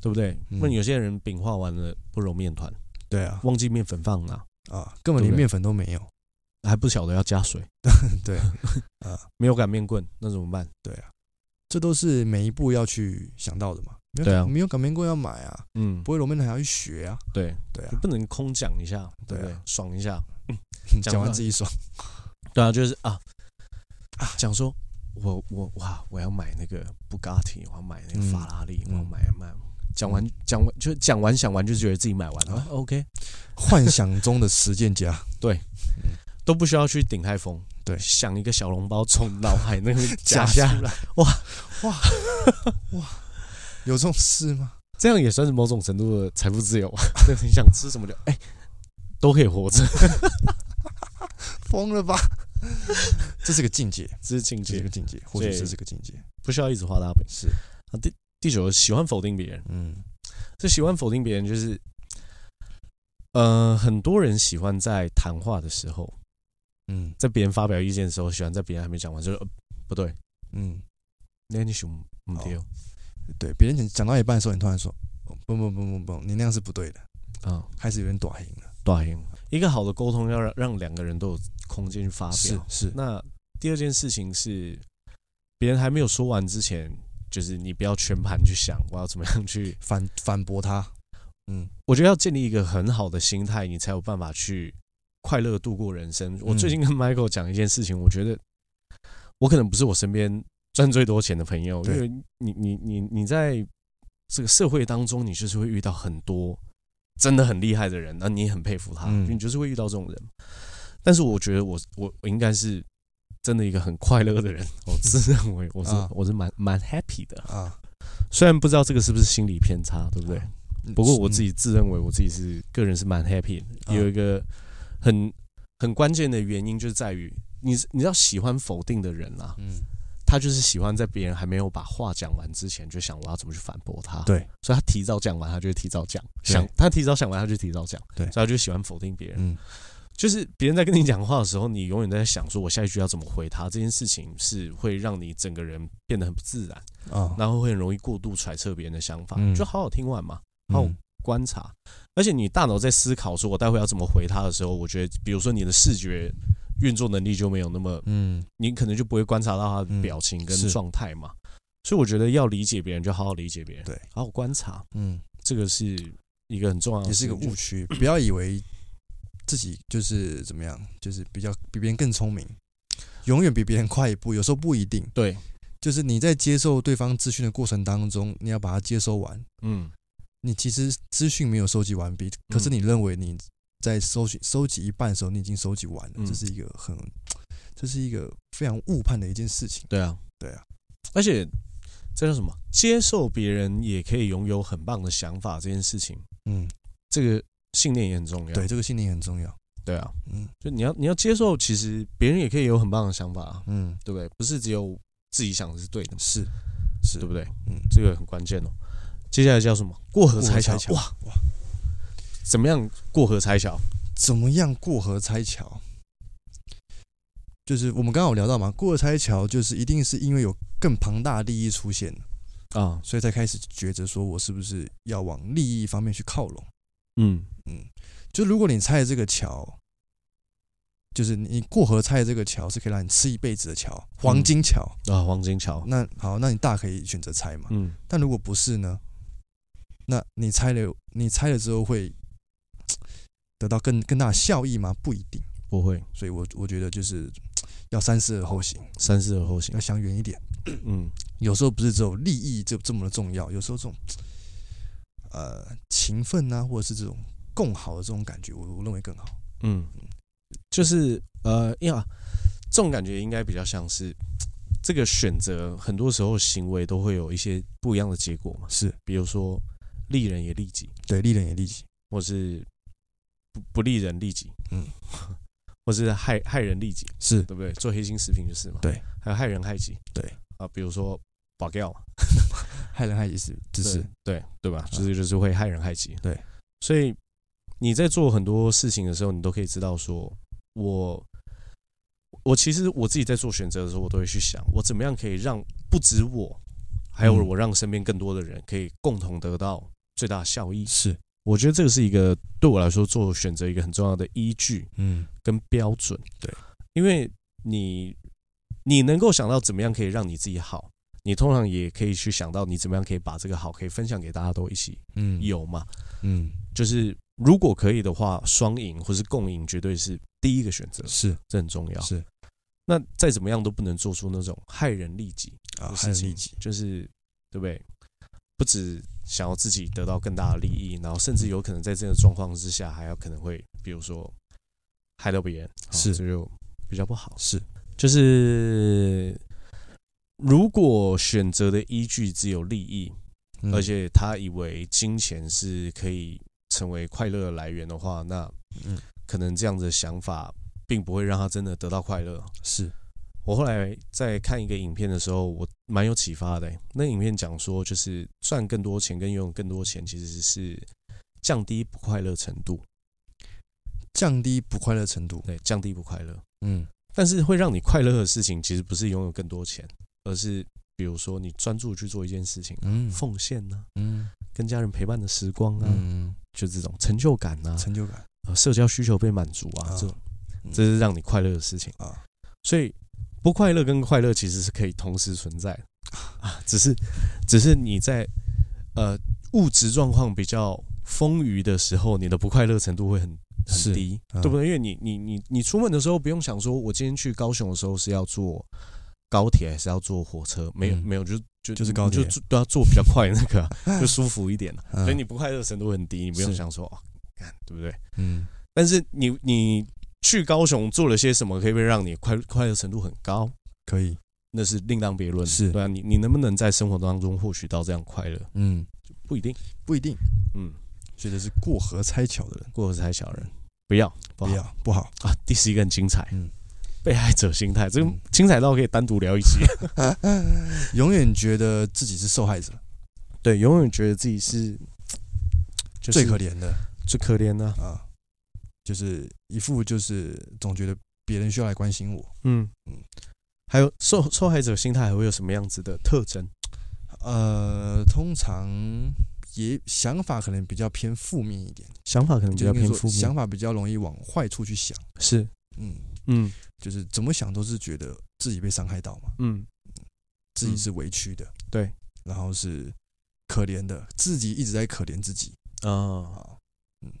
[SPEAKER 1] 对不对？
[SPEAKER 2] 嗯
[SPEAKER 1] 那、有些人饼画完了不揉面团，
[SPEAKER 2] 对啊
[SPEAKER 1] 忘记面粉放哪，
[SPEAKER 2] 啊，根本连
[SPEAKER 1] 对不对
[SPEAKER 2] 面粉都没 有，
[SPEAKER 1] 还不晓得要加水，
[SPEAKER 2] 对啊，
[SPEAKER 1] 没有擀面棍，那怎么办？
[SPEAKER 2] 对啊，这都是每一步要去想到的嘛。没有
[SPEAKER 1] 对啊
[SPEAKER 2] 没有擀面棍要买啊，
[SPEAKER 1] 嗯，
[SPEAKER 2] 不会揉面团还要去学啊，
[SPEAKER 1] 对，
[SPEAKER 2] 对啊
[SPEAKER 1] 你，不能空讲一下，对
[SPEAKER 2] 对啊
[SPEAKER 1] 不对？爽一下，讲
[SPEAKER 2] 讲完
[SPEAKER 1] 完
[SPEAKER 2] 自己 爽
[SPEAKER 1] 对啊，就是啊
[SPEAKER 2] 啊
[SPEAKER 1] 讲说我我哇，我要买那个布加迪，我要买那个
[SPEAKER 2] 嗯
[SPEAKER 1] 法拉利，
[SPEAKER 2] 嗯
[SPEAKER 1] 我要买买。讲完讲完就讲完想完就觉得自己买完了、
[SPEAKER 2] 啊
[SPEAKER 1] o k
[SPEAKER 2] 幻想中的实践家，
[SPEAKER 1] 都不需要去顶泰丰，
[SPEAKER 2] 对
[SPEAKER 1] 想一个小笼包从脑海那边夹
[SPEAKER 2] 夹
[SPEAKER 1] 下
[SPEAKER 2] 出 来，
[SPEAKER 1] 哇
[SPEAKER 2] 哇哇，有这种事吗？
[SPEAKER 1] 这样也算是某种程度的财富自由 吧。就是你想吃什么就哎、都可以活着，
[SPEAKER 2] 疯了吧？ 这是个 境界，
[SPEAKER 1] 这是境
[SPEAKER 2] 这是
[SPEAKER 1] 界
[SPEAKER 2] 个，境界，或许是这个境界。
[SPEAKER 1] 不需要一直画大饼。
[SPEAKER 2] 是，
[SPEAKER 1] 啊，第第九个喜欢否定别人，
[SPEAKER 2] 嗯
[SPEAKER 1] 这喜欢否定别人就是，呃，很多人喜欢在谈话的时候，
[SPEAKER 2] 嗯
[SPEAKER 1] 在别人发表意见的时候，喜欢在别人还没讲完就是、呃、不对，
[SPEAKER 2] 嗯，
[SPEAKER 1] 那你想不对哦
[SPEAKER 2] 对，别人讲讲到一半的时候，你突然说，哦不不不不不，你那样是不对的，
[SPEAKER 1] 啊，
[SPEAKER 2] 开始有点短音了。
[SPEAKER 1] 大英，一个好的沟通要让让两个人都有空间去发
[SPEAKER 2] 是
[SPEAKER 1] 表。
[SPEAKER 2] 是，
[SPEAKER 1] 那第二件事情是，别人还没有说完之前，就是你不要全盘去想我要怎么样去，
[SPEAKER 2] 反反驳他，嗯
[SPEAKER 1] 我觉得要建立一个很好的心态，你才有办法去快乐地度过人生。我最近跟 Michael 讲一件事情，我觉得我可能不是我身边赚最多钱的朋友，因
[SPEAKER 2] 对
[SPEAKER 1] 为你你你你在这个社会当中，你就是会遇到很多真的很厉害的人，那你也很佩服他，
[SPEAKER 2] 嗯
[SPEAKER 1] 你就是会遇到这种人。但是我觉得我我我应该是真的一个很快乐的人，我自认为我是、
[SPEAKER 2] 啊
[SPEAKER 1] 我是蛮蛮 happy 的，
[SPEAKER 2] 啊，
[SPEAKER 1] 嗯虽然不知道这个是不是心理偏差，对不对？
[SPEAKER 2] 嗯
[SPEAKER 1] 不过我自
[SPEAKER 2] 嗯
[SPEAKER 1] 己自认为我自己是个人是蛮 happy
[SPEAKER 2] 啊
[SPEAKER 1] 的，有一个很很关键的原因就是在于你你知道喜欢否定的人啊，
[SPEAKER 2] 嗯，
[SPEAKER 1] 他就是喜欢在别人还没有把话讲完之前就想我要怎么去反驳他，
[SPEAKER 2] 对，
[SPEAKER 1] 所以他提早讲完他就会提早讲，
[SPEAKER 2] 对
[SPEAKER 1] 想他提早想完他就提早讲，
[SPEAKER 2] 对
[SPEAKER 1] 所以他就喜欢否定别人。
[SPEAKER 2] 嗯
[SPEAKER 1] 就是别人在跟你讲话的时候，你永远在想说我下一句要怎么回他，这件事情是会让你整个人变得很不自然，
[SPEAKER 2] 啊，
[SPEAKER 1] 然后会很容易过度揣测别人的想法，
[SPEAKER 2] 嗯
[SPEAKER 1] 就好好听完嘛。
[SPEAKER 2] 好
[SPEAKER 1] 好观察，而且你大脑在思考说我待会要怎么回他的时候，我觉得，比如说你的视觉运作能力就没有那么，
[SPEAKER 2] 嗯
[SPEAKER 1] 你可能就不会观察到他的表情跟
[SPEAKER 2] 是
[SPEAKER 1] 状态嘛。所以我觉得要理解别人，就好好理解别人，
[SPEAKER 2] 对，
[SPEAKER 1] 好好观察，
[SPEAKER 2] 嗯，
[SPEAKER 1] 这个是一个很重要的
[SPEAKER 2] 也
[SPEAKER 1] 事
[SPEAKER 2] 是
[SPEAKER 1] 情，
[SPEAKER 2] 一个
[SPEAKER 1] 哦就
[SPEAKER 2] 误区，不要以为自己就是怎么样，就是比较比别人更聪明，永远比别人快一步，有时候不一定。
[SPEAKER 1] 对，
[SPEAKER 2] 就是你在接受对方资讯的过程当中，你要把它接收完。
[SPEAKER 1] 嗯，
[SPEAKER 2] 你其实资讯没有收集完毕，可是你认为你在收集收集一半的时候，你已经收集完了，
[SPEAKER 1] 嗯
[SPEAKER 2] 这是一个很，这是一个非常误判的一件事情。
[SPEAKER 1] 对啊，
[SPEAKER 2] 对啊，
[SPEAKER 1] 而且这叫什么？接受别人也可以拥有很棒的想法，这件事情，
[SPEAKER 2] 嗯，
[SPEAKER 1] 这个信念也很重要，
[SPEAKER 2] 对，这个信念很重要。
[SPEAKER 1] 对啊，
[SPEAKER 2] 嗯
[SPEAKER 1] 就你要你要接受，其实别人也可以有很棒的想法啊，
[SPEAKER 2] 嗯，
[SPEAKER 1] 对不对？不是只有自己想的是对的嘛，
[SPEAKER 2] 是是，
[SPEAKER 1] 对不对？
[SPEAKER 2] 嗯，
[SPEAKER 1] 这个很关键哦。接下来叫什么？过河
[SPEAKER 2] 过河
[SPEAKER 1] 拆桥
[SPEAKER 2] 拆。桥
[SPEAKER 1] 哇
[SPEAKER 2] 哇
[SPEAKER 1] 哇，怎么样过河拆桥？
[SPEAKER 2] 怎么样过河拆桥？就是我们刚刚有聊到嘛，过河拆桥就是一定是因为有更庞大的利益出现，
[SPEAKER 1] 啊，
[SPEAKER 2] 所以才开始抉择说我是不是要往利益方面去靠拢。
[SPEAKER 1] 嗯
[SPEAKER 2] 就如果你拆了这个桥，就是你过河拆了这个桥是可以让你吃一辈子的桥，黄金桥。
[SPEAKER 1] 啊，黄金桥，
[SPEAKER 2] 那好，那你大可以选择拆嘛。
[SPEAKER 1] 嗯，
[SPEAKER 2] 但如果不是呢？那你拆了，你拆了之后会得到更更大的效益吗？不一定。
[SPEAKER 1] 不会，
[SPEAKER 2] 所以我我觉得就是要三思而后行，
[SPEAKER 1] 三思而后行
[SPEAKER 2] 要。想远一点。
[SPEAKER 1] 嗯，
[SPEAKER 2] 有时候不是只有利益这这么的重要，有时候这种呃情分啊，或者是这种共好的这种感觉，我我认为更好。
[SPEAKER 1] 嗯，就是呃呀，这种感觉应该比较像是这个选择，很多时候行为都会有一些不一样的结果嘛。
[SPEAKER 2] 是
[SPEAKER 1] 比如说利人也利己，
[SPEAKER 2] 对利人也利己。
[SPEAKER 1] 或是不不利人利己，
[SPEAKER 2] 嗯
[SPEAKER 1] 嗯， 或是害害人利己，
[SPEAKER 2] 是
[SPEAKER 1] 对不对？做黑心食品就是嘛，
[SPEAKER 2] 对，
[SPEAKER 1] 还有害人害己，
[SPEAKER 2] 对
[SPEAKER 1] 啊，比如说保钓嘛，
[SPEAKER 2] 害人害己是，只是
[SPEAKER 1] 对对吧？就是就是会害人害己，
[SPEAKER 2] 啊对，
[SPEAKER 1] 所以你在做很多事情的时候，你都可以知道说，我我其实我自己在做选择的时候，我都会去想，我怎么样可以让不止我，还有
[SPEAKER 2] 嗯
[SPEAKER 1] 我让身边更多的人可以共同得到最大的效益。
[SPEAKER 2] 是，
[SPEAKER 1] 我觉得这个是一个对我来说做选择一个很重要的依据。
[SPEAKER 2] 嗯
[SPEAKER 1] 跟标准。
[SPEAKER 2] 对，
[SPEAKER 1] 因为你你能够想到怎么样可以让你自己好，你通常也可以去想到你怎么样可以把这个好可以分享给大家都一起
[SPEAKER 2] 嗯
[SPEAKER 1] 有嘛。
[SPEAKER 2] 嗯
[SPEAKER 1] 就是如果可以的话，双赢或是共赢绝对是第一个选择，
[SPEAKER 2] 是
[SPEAKER 1] 这很重要。
[SPEAKER 2] 是
[SPEAKER 1] 那再怎么样都不能做出那种害人利己的
[SPEAKER 2] 啊，害
[SPEAKER 1] 事
[SPEAKER 2] 人
[SPEAKER 1] 情，
[SPEAKER 2] 利己
[SPEAKER 1] 就是对不对？不止想要自己得到更大的利益，然后甚至有可能在这个状况之下，还要可能会比如说害到别人，好哦
[SPEAKER 2] 是
[SPEAKER 1] 这就比较不好。
[SPEAKER 2] 是
[SPEAKER 1] 就是如果选择的依据只有利益，
[SPEAKER 2] 嗯
[SPEAKER 1] 而且他以为金钱是可以成为快乐的来源的话，那
[SPEAKER 2] 嗯
[SPEAKER 1] 可能这样子的想法并不会让他真的得到快乐。
[SPEAKER 2] 是
[SPEAKER 1] 我后来在看一个影片的时候，我蛮有启发的欸、那影片讲说，就是赚更多钱跟拥有更多钱，其实是降低不快乐程度，
[SPEAKER 2] 降低不快乐程度。
[SPEAKER 1] 对，降低不快乐。
[SPEAKER 2] 嗯，
[SPEAKER 1] 但是会让你快乐的事情，其实不是拥有更多钱，而是比如说你专注去做一件事情，
[SPEAKER 2] 嗯
[SPEAKER 1] 奉献呢、
[SPEAKER 2] 嗯
[SPEAKER 1] 跟家人陪伴的时光啊，
[SPEAKER 2] 嗯，
[SPEAKER 1] 就这种成就感啊，
[SPEAKER 2] 成就感
[SPEAKER 1] 呃社交需求被满足啊，
[SPEAKER 2] 啊
[SPEAKER 1] 这种
[SPEAKER 2] 嗯
[SPEAKER 1] 这是让你快乐的事情。
[SPEAKER 2] 啊，
[SPEAKER 1] 所以不快乐跟快乐其实是可以同时存在的啊，只是只是你在呃物质状况比较丰腴的时候，你的不快乐程度会很
[SPEAKER 2] 是
[SPEAKER 1] 很低，
[SPEAKER 2] 嗯
[SPEAKER 1] 对不对？因为你你你你出门的时候不用想说，我今天去高雄的时候是要坐高铁还是要坐火车？没有、
[SPEAKER 2] 嗯
[SPEAKER 1] 没有，就就
[SPEAKER 2] 就是高铁
[SPEAKER 1] 就就都要坐比较快的那 个啊、就舒服一点啊、
[SPEAKER 2] 嗯
[SPEAKER 1] 所以你不快乐程度很低，你不用
[SPEAKER 2] 是
[SPEAKER 1] 想说哦，干对不对？
[SPEAKER 2] 嗯
[SPEAKER 1] 但是你你去高雄做了些什么，可以不可以让你快快乐程度很高？
[SPEAKER 2] 可以，
[SPEAKER 1] 那是另当别论。
[SPEAKER 2] 是
[SPEAKER 1] 对啊，你你能不能在生活当中获取到这样快乐，
[SPEAKER 2] 嗯，
[SPEAKER 1] 不一定。
[SPEAKER 2] 不一定，
[SPEAKER 1] 嗯，
[SPEAKER 2] 所以这是过河拆桥的人，
[SPEAKER 1] 过河拆小人，不要不
[SPEAKER 2] 不
[SPEAKER 1] 好
[SPEAKER 2] 要不好。
[SPEAKER 1] 啊。第十一个很精彩，
[SPEAKER 2] 嗯
[SPEAKER 1] 被害者心态，这个
[SPEAKER 2] 嗯
[SPEAKER 1] 精彩到可以单独聊一 期。
[SPEAKER 2] 永远觉得自己是受害者，
[SPEAKER 1] 对，永远觉得自己是就是嗯
[SPEAKER 2] 最可怜的
[SPEAKER 1] 最可怜的、
[SPEAKER 2] 啊，就是一副就是总觉得别人需要来关心我。
[SPEAKER 1] 嗯
[SPEAKER 2] 嗯
[SPEAKER 1] 还有受受害者心态还会有什么样子的特征？
[SPEAKER 2] 呃，通常也想法可能比较偏负面一点，
[SPEAKER 1] 想法可嗯能比
[SPEAKER 2] 就
[SPEAKER 1] 较
[SPEAKER 2] 是
[SPEAKER 1] 偏
[SPEAKER 2] 说
[SPEAKER 1] 负
[SPEAKER 2] 想
[SPEAKER 1] 面，
[SPEAKER 2] 法比较容易往坏处去想。
[SPEAKER 1] 是
[SPEAKER 2] 嗯，
[SPEAKER 1] 嗯
[SPEAKER 2] 就是怎么想都是觉得自己被伤害到嘛，
[SPEAKER 1] 嗯
[SPEAKER 2] 自己是委屈的，
[SPEAKER 1] 对，
[SPEAKER 2] 然后是可怜的，自己一直在可怜自己
[SPEAKER 1] 啊
[SPEAKER 2] 啊。嗯，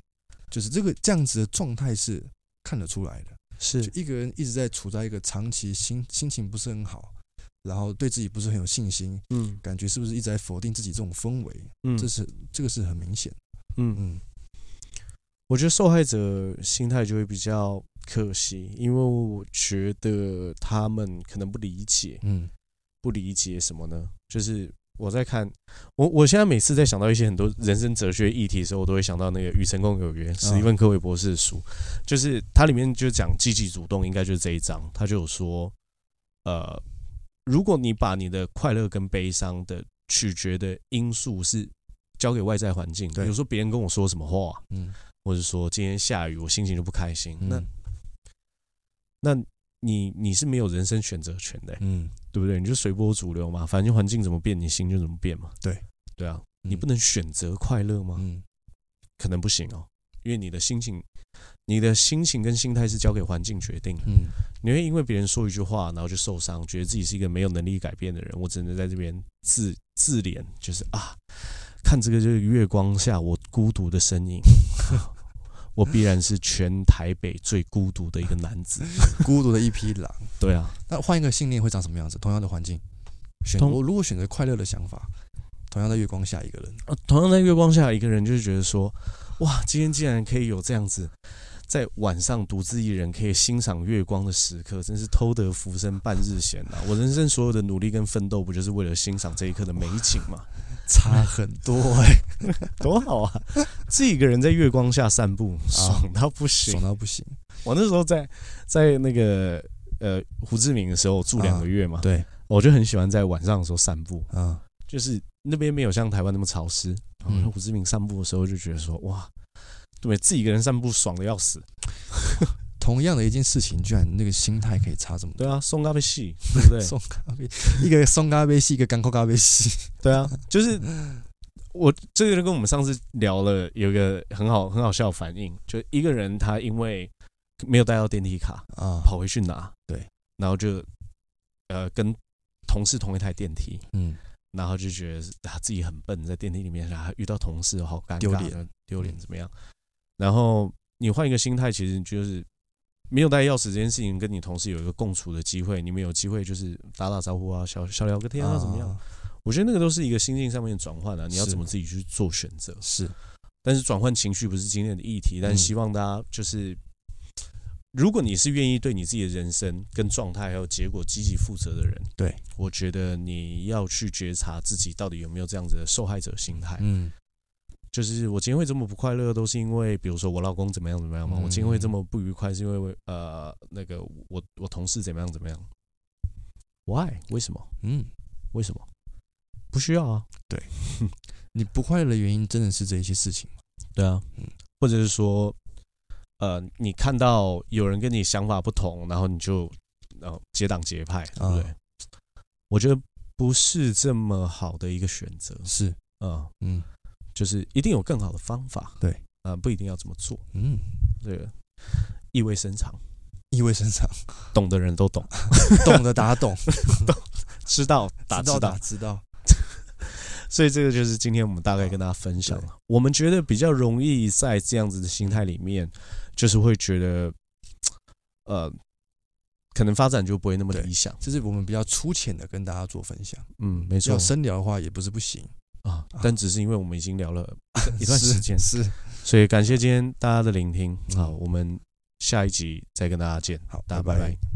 [SPEAKER 2] 就是这个这样子的状态是看得出来的。
[SPEAKER 1] 是
[SPEAKER 2] 就一个人一直在处在一个长期心心情不是很好，然后对自己不是很有信心，
[SPEAKER 1] 嗯
[SPEAKER 2] 感觉是不是一直在否定自己这种氛围？
[SPEAKER 1] 嗯
[SPEAKER 2] 这是这个是很明显。
[SPEAKER 1] 嗯
[SPEAKER 2] 嗯
[SPEAKER 1] 我觉得受害者心态就会比较可惜，因为我觉得他们可能不理解，
[SPEAKER 2] 嗯
[SPEAKER 1] 不理解什么呢？就是我在看我，我现在每次在想到一些很多人生哲学议题的时候，我都会想到那个《与成功有约》史蒂芬·科维博士的书，就是它里面就讲积极主动，应该就是这一章，他就有说，呃，如果你把你的快乐跟悲伤的取决的因素是交给外在环境，比
[SPEAKER 2] 对
[SPEAKER 1] 如说别人跟我说什么话，
[SPEAKER 2] 嗯，
[SPEAKER 1] 或者说今天下雨，我心情就不开心，那
[SPEAKER 2] 嗯
[SPEAKER 1] 那你你是没有人生选择权的欸、
[SPEAKER 2] 嗯
[SPEAKER 1] 对不对？你就随波逐流嘛，反正环境怎么变，你心就怎么变嘛。
[SPEAKER 2] 对，
[SPEAKER 1] 对啊，你
[SPEAKER 2] 嗯
[SPEAKER 1] 不能选择快乐吗？
[SPEAKER 2] 嗯
[SPEAKER 1] 可能不行哦，因为你的心情、你的心情跟心态是交给环境决定的。
[SPEAKER 2] 嗯
[SPEAKER 1] 你会因为别人说一句话，然后就受伤，觉得自己是一个没有能力改变的人。我只能在这边自自怜，就是啊，看这个这个月光下我孤独的身影， 我必然是全台北最孤独的一个男子。
[SPEAKER 2] 孤独的一匹狼。
[SPEAKER 1] 对啊，
[SPEAKER 2] 那换一个信念会长什么样子？同样的环境，选
[SPEAKER 1] 同
[SPEAKER 2] 我如果选择快乐的想法，同样在月光下一个人，
[SPEAKER 1] 呃同样在月光下，一个人就是觉得说，哇，今天竟然可以有这样子，在晚上独自一人可以欣赏月光的时刻，真是偷得浮生半日闲呐、我人生所有的努力跟奋斗，不就是为了欣赏这一刻的美景吗？
[SPEAKER 2] 差很多 哎、
[SPEAKER 1] 多好啊！ 自己一个人在月光下散步，爽到不行
[SPEAKER 2] 啊爽。到不行。
[SPEAKER 1] 我那时候在在那个呃胡志明的时候住两个月嘛，
[SPEAKER 2] 啊对
[SPEAKER 1] 我就很喜欢在晚上的时候散步，
[SPEAKER 2] 啊，
[SPEAKER 1] 就是那边没有像台湾那么潮湿。
[SPEAKER 2] 嗯
[SPEAKER 1] 然后胡志明散步的时候就觉得说，哇，对自己一个人散步爽的要死。
[SPEAKER 2] 同样的一件事情，居然那个心态可以差这么多。
[SPEAKER 1] 对啊，松咖啡 系，对不对？
[SPEAKER 2] 松咖啡，一个松咖啡系，一个干扣咖啡系。
[SPEAKER 1] 对啊，就是我这个就跟我们上次聊了有一个很好很好笑的反应，就一个人他因为没有带到电梯卡，
[SPEAKER 2] 啊，
[SPEAKER 1] 跑回去拿，
[SPEAKER 2] 对，
[SPEAKER 1] 然后就呃跟同事同一台电梯，
[SPEAKER 2] 嗯，
[SPEAKER 1] 然后就觉得啊自己很笨，在电梯里面啊遇到同事好尴尬，
[SPEAKER 2] 丢脸
[SPEAKER 1] 丢脸怎么样？然后你换一个心态，其实就是没有带钥匙这件事情，跟你同事有一个共处的机会，你们有机会就是打打招呼啊，小小聊个天啊，怎么样？
[SPEAKER 2] 啊？
[SPEAKER 1] 我觉得那个都是一个心境上面的转换啊，你要
[SPEAKER 2] 是
[SPEAKER 1] 怎么自己去做选择？
[SPEAKER 2] 是，
[SPEAKER 1] 但是转换情绪不是今天的议题，但
[SPEAKER 2] 嗯
[SPEAKER 1] 希望大家就是如果你是愿意对你自己的人生跟状态还有结果积极负责的人，
[SPEAKER 2] 对
[SPEAKER 1] 我觉得你要去觉察自己到底有没有这样子的受害者心态。
[SPEAKER 2] 嗯，
[SPEAKER 1] 就是我今天会这么不快乐，都是因为比如说我老公怎么样怎么样嘛，
[SPEAKER 2] 嗯
[SPEAKER 1] 我今天会这么不愉快，是因为呃那个我我同事怎么样怎么样？Why？为什么？
[SPEAKER 2] 嗯，
[SPEAKER 1] 为什么？不需要啊。
[SPEAKER 2] 你不快乐的原因真的是这一些事情吗？
[SPEAKER 1] 对啊
[SPEAKER 2] 嗯，
[SPEAKER 1] 或者是说，呃，你看到有人跟你想法不同，然后你就呃结党结派，对
[SPEAKER 2] 啊
[SPEAKER 1] 不对？我觉得不是这么好的一个选择，
[SPEAKER 2] 是，
[SPEAKER 1] 嗯，
[SPEAKER 2] 嗯
[SPEAKER 1] 就是一定有更好的方法，
[SPEAKER 2] 对，
[SPEAKER 1] 呃，不一定要这么做，
[SPEAKER 2] 嗯，
[SPEAKER 1] 这个意味深长，
[SPEAKER 2] 意味 深长，
[SPEAKER 1] 懂的人都懂，
[SPEAKER 2] 懂的打懂，
[SPEAKER 1] 知道打
[SPEAKER 2] 知道
[SPEAKER 1] 知道
[SPEAKER 2] 打，知道，
[SPEAKER 1] 所以这个就是今天我们大概跟大家分享
[SPEAKER 2] 对，
[SPEAKER 1] 我们觉得比较容易在这样子的心态里面，就是会觉得，呃，可能发展就不会那么
[SPEAKER 2] 对
[SPEAKER 1] 理想。
[SPEAKER 2] 这是我们比较粗浅的跟大家做分享。
[SPEAKER 1] 嗯，没错
[SPEAKER 2] 要深聊的话也不是不行，
[SPEAKER 1] 啊，但只是因为我们已经聊了一段
[SPEAKER 2] 是
[SPEAKER 1] 时间，
[SPEAKER 2] 是
[SPEAKER 1] 所以感谢今天大家的聆听。
[SPEAKER 2] 嗯
[SPEAKER 1] 好，我们下一集再跟大家见，
[SPEAKER 2] 好，
[SPEAKER 1] 大家
[SPEAKER 2] 拜
[SPEAKER 1] 拜拜。